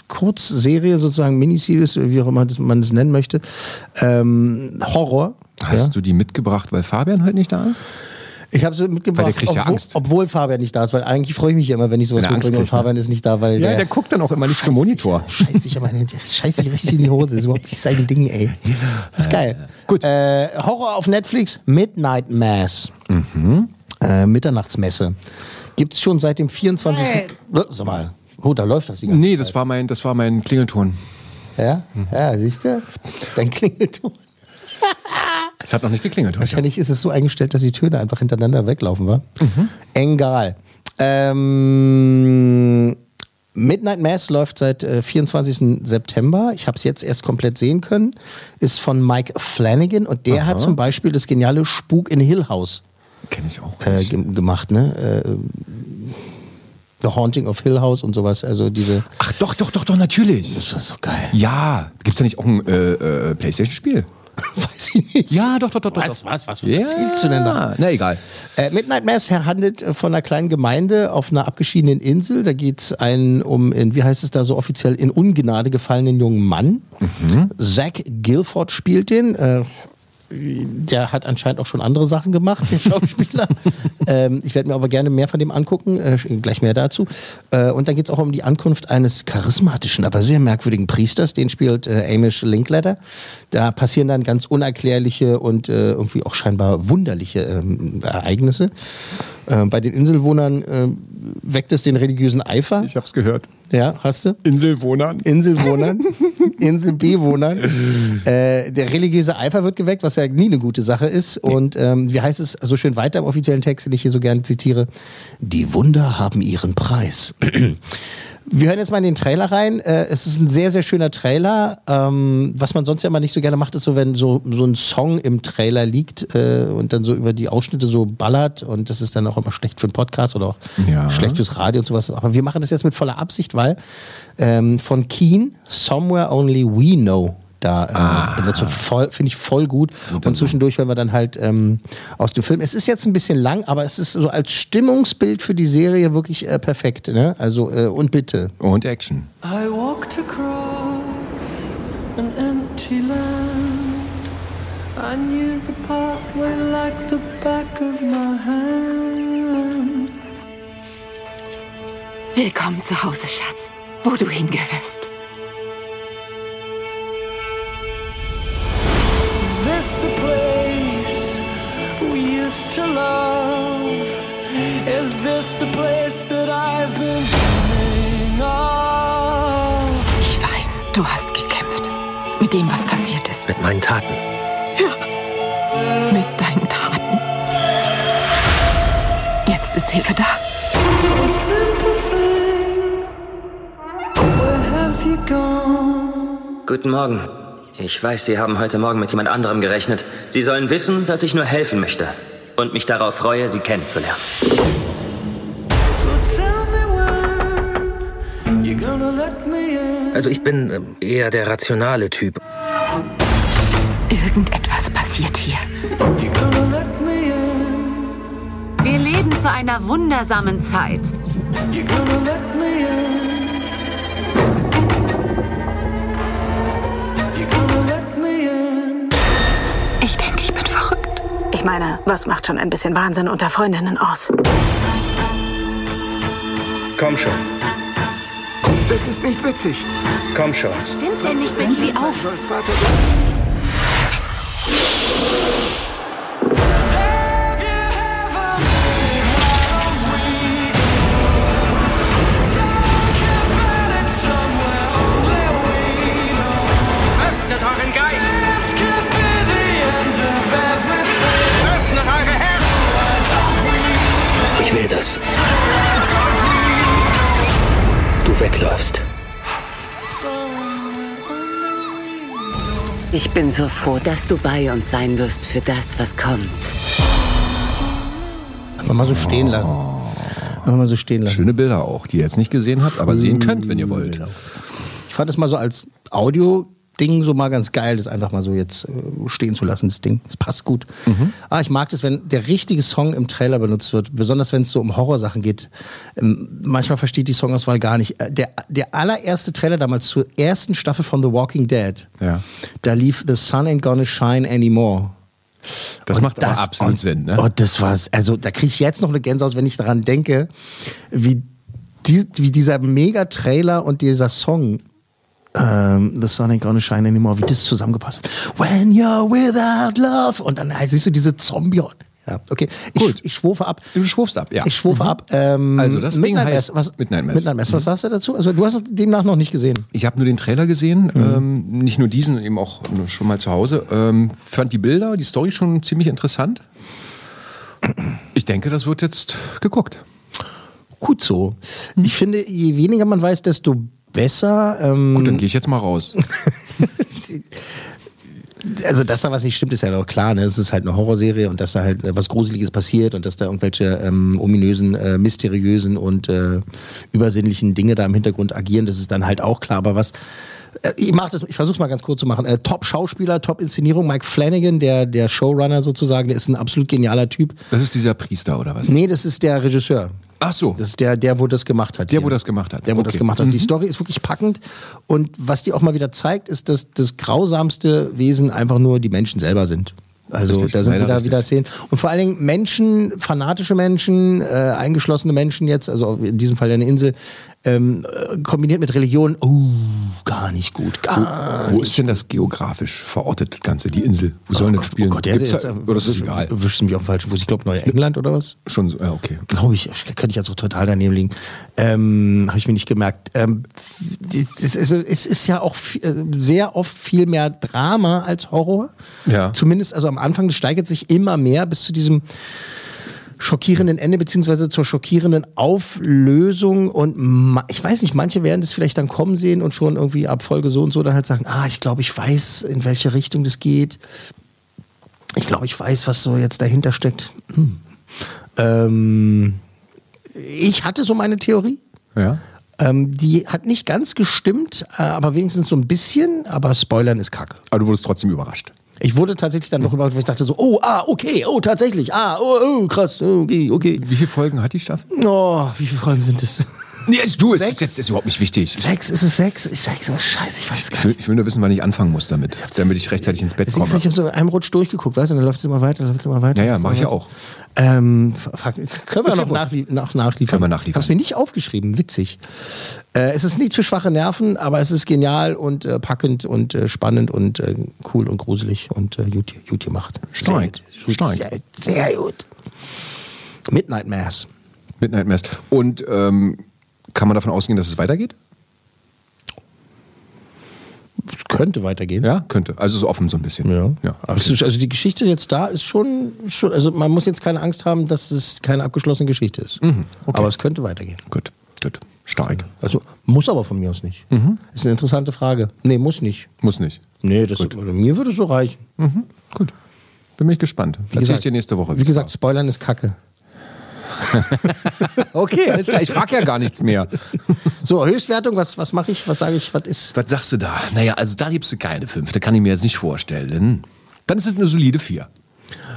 Speaker 2: Kurzserie sozusagen Miniseries wie auch immer das, man es nennen möchte ähm, Horror
Speaker 3: Hast du die mitgebracht, weil Fabian heute nicht da ist?
Speaker 2: Ich habe sie mitgebracht,
Speaker 3: Weil der kriegt ja
Speaker 2: obwohl,
Speaker 3: Angst.
Speaker 2: obwohl Fabian nicht da ist, weil eigentlich freue ich mich ja immer, wenn ich sowas
Speaker 3: Wenn er Angst
Speaker 2: mitbringe und
Speaker 3: kriegt, ne?
Speaker 2: Fabian ist nicht da, weil
Speaker 3: Ja, der guckt dann auch immer nicht zum Monitor.
Speaker 2: Scheiß dich aber nicht, scheiß dich richtig in die Hose. Ist überhaupt nicht sein Ding, ey. Das ist geil. Gut. Äh, Horror auf Netflix, Midnight Mass.
Speaker 3: Mhm.
Speaker 2: Äh, Mitternachtsmesse. Gibt es schon seit dem 24. Äh, Sag mal, oh, da läuft das die ganze
Speaker 3: Nee, das war mein, das war mein Klingelton.
Speaker 2: Ja, ja siehst du? Dein Klingelton.
Speaker 3: Es hat noch nicht geklingelt heute.
Speaker 2: Wahrscheinlich ist es so eingestellt, dass die Töne einfach hintereinander weglaufen, war. Egal. Ähm, Midnight Mass läuft seit äh, 24. September. Ich habe es jetzt erst komplett sehen können. Ist von Mike Flanagan und der hat zum Beispiel das geniale Spuk in Hill House
Speaker 3: Kenne ich auch.
Speaker 2: äh, ge gemacht, ne? Äh, The Haunting of Hill House und sowas. Also diese.
Speaker 3: Ach doch, doch, doch, doch, natürlich.
Speaker 2: Das ist so geil.
Speaker 3: Ja, gibt's da nicht auch ein äh, äh, Playstation-Spiel?
Speaker 2: Weiß ich nicht.
Speaker 3: Ja, doch, doch, doch.
Speaker 2: Was,
Speaker 3: doch.
Speaker 2: was, was, was erzählst du denn da?
Speaker 3: Na egal.
Speaker 2: Äh, Midnight Mass handelt äh, von einer kleinen Gemeinde auf einer abgeschiedenen Insel. Da geht es einen um, in, wie heißt es da so offiziell, in Ungnade gefallenen jungen Mann. Zach Gilford spielt den. Äh, der hat anscheinend auch schon andere Sachen gemacht, der Schauspieler. ähm, ich werde mir aber gerne mehr von dem angucken, äh, gleich mehr dazu. Äh, und dann geht es auch um die Ankunft eines charismatischen, aber sehr merkwürdigen Priesters, den spielt äh, Amish Linkletter. Da passieren dann ganz unerklärliche und äh, irgendwie auch scheinbar wunderliche ähm, Ereignisse. Äh, bei den Inselwohnern äh, weckt es den religiösen Eifer.
Speaker 3: Ich hab's gehört.
Speaker 2: Ja, hast du?
Speaker 3: Inselwohnern.
Speaker 2: Inselwohnern, Insel-B-Wohnern. äh, der religiöse Eifer wird geweckt, was ja nie eine gute Sache ist. Und ähm, wie heißt es so schön weiter im offiziellen Text, den ich hier so gerne zitiere? Die Wunder haben ihren Preis. Wir hören jetzt mal in den Trailer rein. Äh, es ist ein sehr, sehr schöner Trailer. Ähm, was man sonst ja immer nicht so gerne macht, ist so, wenn so, so ein Song im Trailer liegt äh, und dann so über die Ausschnitte so ballert. Und das ist dann auch immer schlecht für einen Podcast oder auch
Speaker 3: Ja.
Speaker 2: schlecht fürs Radio und sowas. Aber wir machen das jetzt mit voller Absicht, weil ähm, von Keen, Somewhere Only We Know. Da äh, benutzt wird. voll, finde ich voll gut. Und zwischendurch hören wir dann halt ähm, aus dem Film. Es ist jetzt ein bisschen lang, aber es ist so als Stimmungsbild für die Serie wirklich äh, perfekt. Ne? Also äh, und bitte.
Speaker 3: Und Action.
Speaker 11: I walked across an empty land. I knew the pathway like the back of my hand.
Speaker 12: Willkommen zu Hause, Schatz, wo du hingehörst.
Speaker 11: Is this the place we used to love? Is this the place that I've been dreaming of?
Speaker 12: Ich weiß, du hast gekämpft. Mit dem, was passiert ist.
Speaker 7: Mit meinen Taten.
Speaker 12: Mit deinen Taten. Jetzt ist Hilfe da.
Speaker 11: Oh, simple thing, where have you gone?
Speaker 13: Guten Morgen. Ich weiß, Sie haben heute Morgen mit jemand anderem gerechnet. Sie sollen wissen, dass ich nur helfen möchte und mich darauf freue, Sie kennenzulernen.
Speaker 11: So tell me when you're gonna let me in.
Speaker 7: Also ich bin ähm, eher der rationale Typ.
Speaker 12: Irgendetwas passiert hier.
Speaker 14: Wir leben zu einer wundersamen Zeit.
Speaker 11: You're gonna let me in. You're gonna let me in.
Speaker 12: Ich denke, ich bin verrückt. Ich meine, was macht schon ein bisschen Wahnsinn unter Freundinnen aus?
Speaker 7: Komm schon. Das ist nicht witzig. Komm schon.
Speaker 14: Stimmt denn nicht, wenn sie auf...
Speaker 11: Öffnet euren Geist! Öffnet eure Herzen!
Speaker 7: Ich will das. Du wegläufst.
Speaker 12: Ich bin so froh, dass du bei uns sein wirst für das, was kommt.
Speaker 2: Einfach mal so stehen lassen. Einfach mal so stehen lassen.
Speaker 3: Schöne Bilder auch, die ihr jetzt nicht gesehen habt, aber sehen könnt, wenn ihr wollt.
Speaker 2: Ich fand das mal so als Audio-Ding so mal ganz geil, das einfach mal so jetzt äh, stehen zu lassen, das Ding. Das passt gut.
Speaker 3: Mhm.
Speaker 2: Ah, ich mag das, wenn der richtige Song im Trailer benutzt wird, besonders wenn es so um Horrorsachen geht. Ähm, manchmal versteht die Songauswahl gar nicht. Äh, Der, der allererste Trailer damals zur ersten Staffel von The Walking Dead,
Speaker 3: Ja.
Speaker 2: da lief The Sun Ain't Gonna Shine Anymore.
Speaker 3: Das macht aber absolut
Speaker 2: und,
Speaker 3: Sinn, ne?
Speaker 2: Und das war's. Also da kriege ich jetzt noch eine Gänsehaut, wenn ich daran denke, wie, die, wie dieser Mega-Trailer und dieser Song ähm, The Sun ain't gonna shine anymore, wie das zusammengepasst hat. When you're without love. Und dann halt, siehst du diese Zombie. Ja, okay. Ich,
Speaker 3: Gut.
Speaker 2: ich schwufe ab.
Speaker 3: Du schwurfst ab, ja.
Speaker 2: Ich schwufe ab. Ähm,
Speaker 3: Also, das Ding heißt
Speaker 2: Mass, was,
Speaker 3: Midnight Mass. Mhm.
Speaker 2: Midnight Mass. Was sagst du dazu? Also du hast es demnach noch nicht gesehen.
Speaker 3: Ich habe nur den Trailer gesehen, ähm, nicht nur diesen, eben auch nur schon mal zu Hause. Ähm, fand die Bilder, die Story schon ziemlich interessant. Ich denke, das wird jetzt geguckt.
Speaker 2: Gut so. Ich finde, je weniger man weiß, desto besser. Ähm,
Speaker 3: Gut, dann gehe ich jetzt mal raus.
Speaker 2: also dass da was nicht stimmt, ist ja doch klar. Ne? Es ist halt eine Horrorserie und dass da halt was Gruseliges passiert und dass da irgendwelche ähm, ominösen, äh, mysteriösen und äh, übersinnlichen Dinge da im Hintergrund agieren, das ist dann halt auch klar. Aber was äh, ich mach das, ich versuch's mal ganz kurz zu machen. Äh, top Schauspieler, Top Inszenierung, Mike Flanagan, der der Showrunner sozusagen, der ist ein absolut genialer Typ.
Speaker 3: Das ist dieser Priester oder was?
Speaker 2: Nee, das ist der Regisseur.
Speaker 3: Ach so,
Speaker 2: Das ist der, der, wo das gemacht hat.
Speaker 3: der,
Speaker 2: hier.
Speaker 3: wo das gemacht hat.
Speaker 2: Der, wo das
Speaker 3: Okay. Mhm.
Speaker 2: gemacht hat. Die Story ist wirklich packend. Und was die auch mal wieder zeigt, ist, dass das grausamste Wesen einfach nur die Menschen selber sind. Also
Speaker 3: Richtig,
Speaker 2: da sind
Speaker 3: leider
Speaker 2: wir da
Speaker 3: richtig.
Speaker 2: wieder Szenen. Und vor allen Dingen Menschen, fanatische Menschen, äh, eingeschlossene Menschen jetzt, also in diesem Fall ja eine Insel, ähm, äh, kombiniert mit Religion, oh, gar nicht gut. Gar
Speaker 3: Wo ist denn das geografisch verortet, das Ganze, die Insel? Wo soll denn das spielen?
Speaker 2: Oh Gott, der
Speaker 3: Gibt's
Speaker 2: ist jetzt,
Speaker 3: da, oder ist das egal?
Speaker 2: Wischst du mich auf den falschen Fuß? Ich glaube, Neuengland oder was?
Speaker 3: Schon so, ja, okay.
Speaker 2: glaube ich, könnte ich also total daneben liegen. Ähm, Habe ich mir nicht gemerkt. Ähm, es, ist, es ist ja auch viel, äh, sehr oft viel mehr Drama als Horror.
Speaker 3: Ja.
Speaker 2: Zumindest, also am Anfang, das steigert sich immer mehr bis zu diesem schockierenden Ende beziehungsweise zur schockierenden Auflösung und ma- ich weiß nicht, manche werden das vielleicht dann kommen sehen und schon irgendwie ab Folge so und so dann halt sagen, ah, ich glaube, ich weiß, in welche Richtung das geht. Ich glaube, ich weiß, was so jetzt dahinter steckt. Hm. Ähm, ich hatte so meine Theorie.
Speaker 3: Ja.
Speaker 2: Ähm, die hat nicht ganz gestimmt, äh, aber wenigstens so ein bisschen. Aber Spoilern ist Kacke.
Speaker 3: Aber du wurdest trotzdem überrascht.
Speaker 2: Ich wurde tatsächlich dann noch überrascht, weil ich dachte so, oh, ah, okay, oh, tatsächlich, ah, oh, oh krass, oh, okay, okay.
Speaker 3: Wie viele Folgen hat die Staffel?
Speaker 2: Oh, wie viele Folgen sind es?
Speaker 3: Nee, ist du, es
Speaker 2: Sechs?
Speaker 3: ist jetzt ist überhaupt nicht wichtig.
Speaker 2: Sechs, ist es sechs? Ich sag so, scheiße, ich weiß
Speaker 3: Ich
Speaker 2: gar
Speaker 3: will,
Speaker 2: nicht.
Speaker 3: ich will nur wissen, wann ich anfangen muss damit, damit ich rechtzeitig ins Bett
Speaker 2: Das Ding
Speaker 3: komme.
Speaker 2: ist, ich habe so in einem Rutsch durchgeguckt, weißt du, dann läuft es immer weiter, läuft es immer weiter.
Speaker 3: Ja, ja,
Speaker 2: läuft's
Speaker 3: mach
Speaker 2: immer
Speaker 3: ich ja
Speaker 2: weiter.
Speaker 3: auch.
Speaker 2: Ähm, fuck, können wir
Speaker 3: Ist ja
Speaker 2: noch
Speaker 3: wurscht.
Speaker 2: nachlie nach nachliefern?
Speaker 3: Können wir nachliefern.
Speaker 2: Hab's mir nicht aufgeschrieben, witzig. Äh, es ist nichts für schwache Nerven, aber es ist genial und äh, packend und äh, spannend und äh, cool und gruselig und äh, gut, gut gemacht.
Speaker 3: Stark,
Speaker 2: Sehr gut.
Speaker 3: stark.
Speaker 2: Sehr, sehr gut. Midnight Mass.
Speaker 3: Midnight Mass. Und ähm, kann man davon ausgehen, dass es weitergeht?
Speaker 2: Könnte weitergehen.
Speaker 3: Ja, könnte. Also so offen so ein bisschen.
Speaker 2: Ja.
Speaker 3: ja.
Speaker 2: Also, es ist- also die Geschichte jetzt da ist schon, schon, also man muss jetzt keine Angst haben, dass es keine abgeschlossene Geschichte ist.
Speaker 3: Mhm, okay.
Speaker 2: Aber es könnte weitergehen.
Speaker 3: Gut, gut. Stark.
Speaker 2: Also muss aber von mir aus nicht. Ist eine interessante Frage. Nee, muss nicht.
Speaker 3: Muss nicht.
Speaker 2: Mhm. Nee, das mir würde es so reichen.
Speaker 3: Gut. Bin mich gespannt. Erzähl ich dir nächste Woche.
Speaker 2: Wie gesagt, Spoilern ist Kacke.
Speaker 3: okay, alles klar. Ich frage ja gar nichts mehr.
Speaker 2: So, Höchstwertung, was, was mache ich? Was sage ich? Was ist?
Speaker 3: Was sagst du da? Naja, also da gibst du keine fünf. Da kann ich mir jetzt nicht vorstellen. Dann ist es eine solide vier.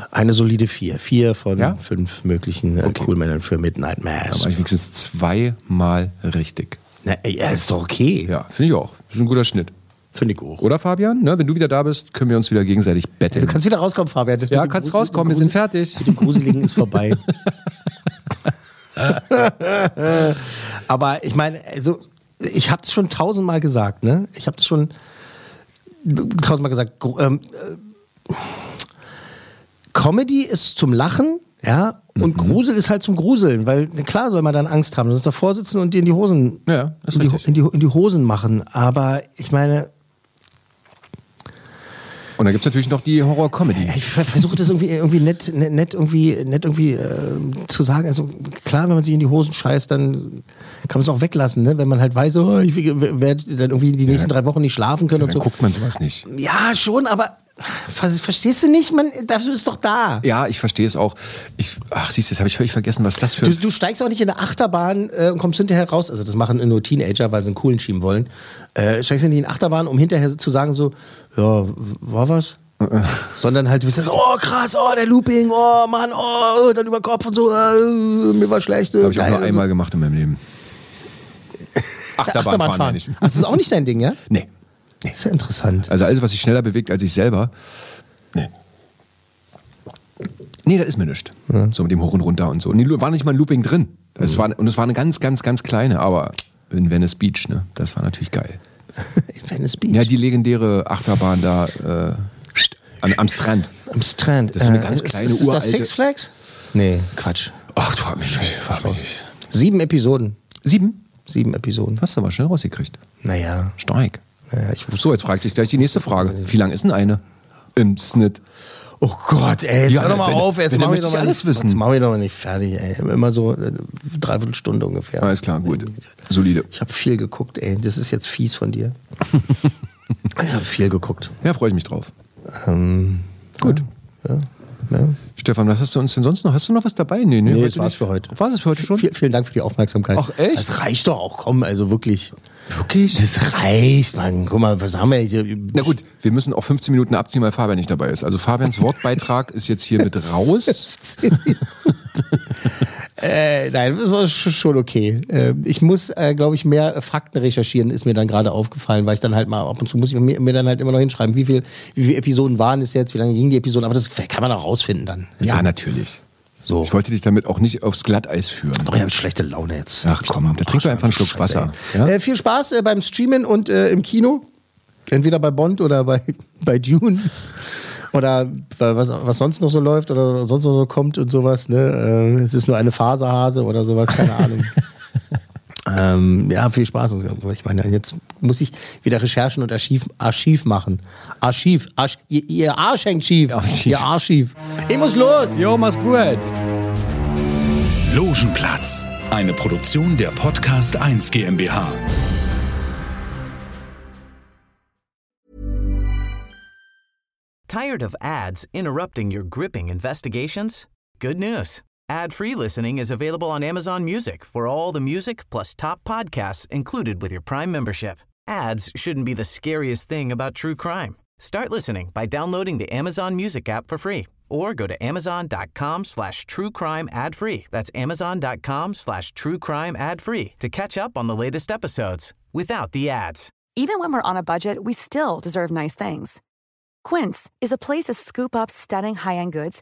Speaker 2: Eine solide vier. Vier von
Speaker 3: Ja?
Speaker 2: fünf möglichen äh, Coolmännern für Midnight
Speaker 3: Da
Speaker 2: Mass.
Speaker 3: war ich wenigstens zweimal richtig.
Speaker 2: Na, ey, ja, ist doch okay.
Speaker 3: Ja, finde ich auch. Ist ein guter Schnitt.
Speaker 2: Finde ich auch.
Speaker 3: Oder Fabian? Ne, wenn du wieder da bist, können wir uns wieder gegenseitig betteln.
Speaker 2: Du kannst wieder rauskommen, Fabian. Das
Speaker 3: ja,
Speaker 2: mit dem
Speaker 3: kannst
Speaker 2: Grusel-
Speaker 3: rauskommen, wir
Speaker 2: mit dem
Speaker 3: sind fertig.
Speaker 2: Grusel- Mit dem Gruseligen ist vorbei. Aber ich meine, also ich habe es schon tausendmal gesagt, ne? Ich habe es schon tausendmal gesagt. Gru- Ähm, äh, Comedy ist zum Lachen, ja, und Grusel ist halt zum Gruseln, weil na klar soll man dann Angst haben, sonst davor sitzen und dir in die Hosen,
Speaker 3: Ja, ist
Speaker 2: in, die,
Speaker 3: richtig.
Speaker 2: in, die, in die Hosen machen. Aber ich meine,
Speaker 3: Und dann gibt es natürlich noch die Horror-Comedy.
Speaker 2: Ja, Ich ver- versuche das irgendwie, irgendwie nett, nett, nett irgendwie, nett irgendwie ähm, zu sagen. Also klar, wenn man sich in die Hosen scheißt, dann kann man es auch weglassen, ne? Wenn man halt weiß, oh, ich werde dann irgendwie die nächsten drei Wochen nicht schlafen können
Speaker 3: Dann
Speaker 2: und so.
Speaker 3: guckt man sowas nicht.
Speaker 2: Ja, schon, aber ver verstehst du nicht? Man, dafür ist doch da.
Speaker 3: Ja, ich verstehe es auch. Ich, ach, siehst du, jetzt habe ich völlig vergessen, was das für.
Speaker 2: Du, du steigst auch nicht in eine Achterbahn äh, und kommst hinterher raus. Also das machen nur Teenager, weil sie einen coolen schieben wollen. Äh, steigst du nicht in die Achterbahn, um hinterher zu sagen so, ja, war was? Sondern halt, du sagst, oh krass, oh der Looping, oh Mann, oh, dann über Kopf und so, äh, mir war schlecht. äh,
Speaker 3: habe ich auch
Speaker 2: geil
Speaker 3: nur
Speaker 2: und
Speaker 3: einmal gemacht in meinem Leben.
Speaker 2: so. Achterbahn fahren.
Speaker 3: nicht.
Speaker 2: Ach, das ist auch nicht dein Ding, ja?
Speaker 3: Nee.
Speaker 2: Ist ja interessant.
Speaker 3: Also alles, was sich schneller bewegt als ich selber. Nee. Nee, das ist mir nichts. So mit dem Hoch und Runter und so. Und die Lu- war nicht mal ein Looping drin. Es war, und es war eine ganz, ganz, ganz kleine, aber in Venice Beach, ne? Das war natürlich geil.
Speaker 2: in Venice Beach.
Speaker 3: Ja, die legendäre Achterbahn da äh, an, am Strand.
Speaker 2: Am Strand.
Speaker 3: Das ist so eine
Speaker 2: Äh,
Speaker 3: ganz
Speaker 2: ist-
Speaker 3: kleine,
Speaker 2: ist, ist
Speaker 3: uralte...
Speaker 2: Das Six Flags? Nee, Quatsch.
Speaker 3: Ach, du hast mich nicht.
Speaker 2: Sieben Episoden.
Speaker 3: Sieben?
Speaker 2: Sieben Episoden.
Speaker 3: Hast du aber schnell rausgekriegt.
Speaker 2: Naja.
Speaker 3: Stark. so, jetzt fragt dich gleich die nächste Frage. Wie lang ist denn eine im Schnitt?
Speaker 2: Oh Gott, ey, jetzt hör doch mal
Speaker 3: wenn-
Speaker 2: auf, jetzt
Speaker 3: wenn,
Speaker 2: mach
Speaker 3: dann
Speaker 2: ich
Speaker 3: möchte
Speaker 2: doch
Speaker 3: ich
Speaker 2: mal
Speaker 3: alles
Speaker 2: nicht-
Speaker 3: wissen.
Speaker 2: Jetzt machen wir doch mal nicht fertig, ey. Immer so äh, dreiviertel Stunde ungefähr.
Speaker 3: Alles klar, gut. Solide.
Speaker 2: Ich habe viel geguckt, ey. Das ist jetzt fies von dir. ich habe viel geguckt.
Speaker 3: Ja, freue ich mich drauf.
Speaker 2: Ähm,
Speaker 3: Gut.
Speaker 2: Ja, ja.
Speaker 3: Stefan, was hast du uns denn sonst noch? Hast du noch was dabei? Nee, nee,
Speaker 2: Nee,
Speaker 3: heute
Speaker 2: das war's
Speaker 3: nicht.
Speaker 2: für heute.
Speaker 3: War's es für heute schon?
Speaker 2: Viel, vielen Dank für die Aufmerksamkeit.
Speaker 3: Ach, echt?
Speaker 2: Das reicht doch auch, komm, also wirklich.
Speaker 3: Wirklich?
Speaker 2: Das reicht, Mann. Guck mal, was haben wir hier?
Speaker 3: Na gut, wir müssen auch 15 Minuten abziehen, weil Fabian nicht dabei ist. Also Fabians Wortbeitrag ist jetzt hier mit raus.
Speaker 2: Äh, nein, das war sch- schon okay. Ähm, ich muss, äh, glaube ich, mehr äh, Fakten recherchieren, ist mir dann gerade aufgefallen, weil ich dann halt mal ab und zu muss ich mir, mir dann halt immer noch hinschreiben, wie viel, wie viele Episoden waren es jetzt, wie lange gingen die Episoden, aber das kann man auch rausfinden dann. Also,
Speaker 3: Ja, natürlich. So. Ich wollte dich damit auch nicht aufs Glatteis führen.
Speaker 2: Doch, ich habe schlechte Laune jetzt.
Speaker 3: Ach komm, da trink doch einfach einen Schluck Wasser. Ja?
Speaker 2: Äh, viel Spaß äh, beim Streamen und äh, im Kino. Entweder bei Bond oder bei, bei Dune. Oder bei was, was sonst noch so läuft oder sonst noch so kommt und sowas. Ne? Äh, es ist nur eine Faserhase oder sowas, keine Ahnung. ähm, ja, viel Spaß. Ich meine, jetzt muss ich wieder Recherchen und Archiv, Archiv machen. Archiv, Arsch, ihr, ihr Arsch hängt schief. Ihr Arsch schief. Ich muss los.
Speaker 3: Jo, mach's gut.
Speaker 1: Logenplatz. Eine Produktion der Podcast 1 GmbH.
Speaker 15: Tired of ads interrupting your gripping investigations? Good news. Ad-free listening is available on Amazon Music for all the music plus top podcasts included with your Prime membership. Ads shouldn't be the scariest thing about true crime. Start listening by downloading the Amazon Music app for free or go to amazon.com slash true crime ad free. That's amazon.com slash true crime ad free to catch up on the latest episodes without the ads.
Speaker 16: Even when we're on a budget, we still deserve nice things. Quince is a place to scoop up stunning high-end goods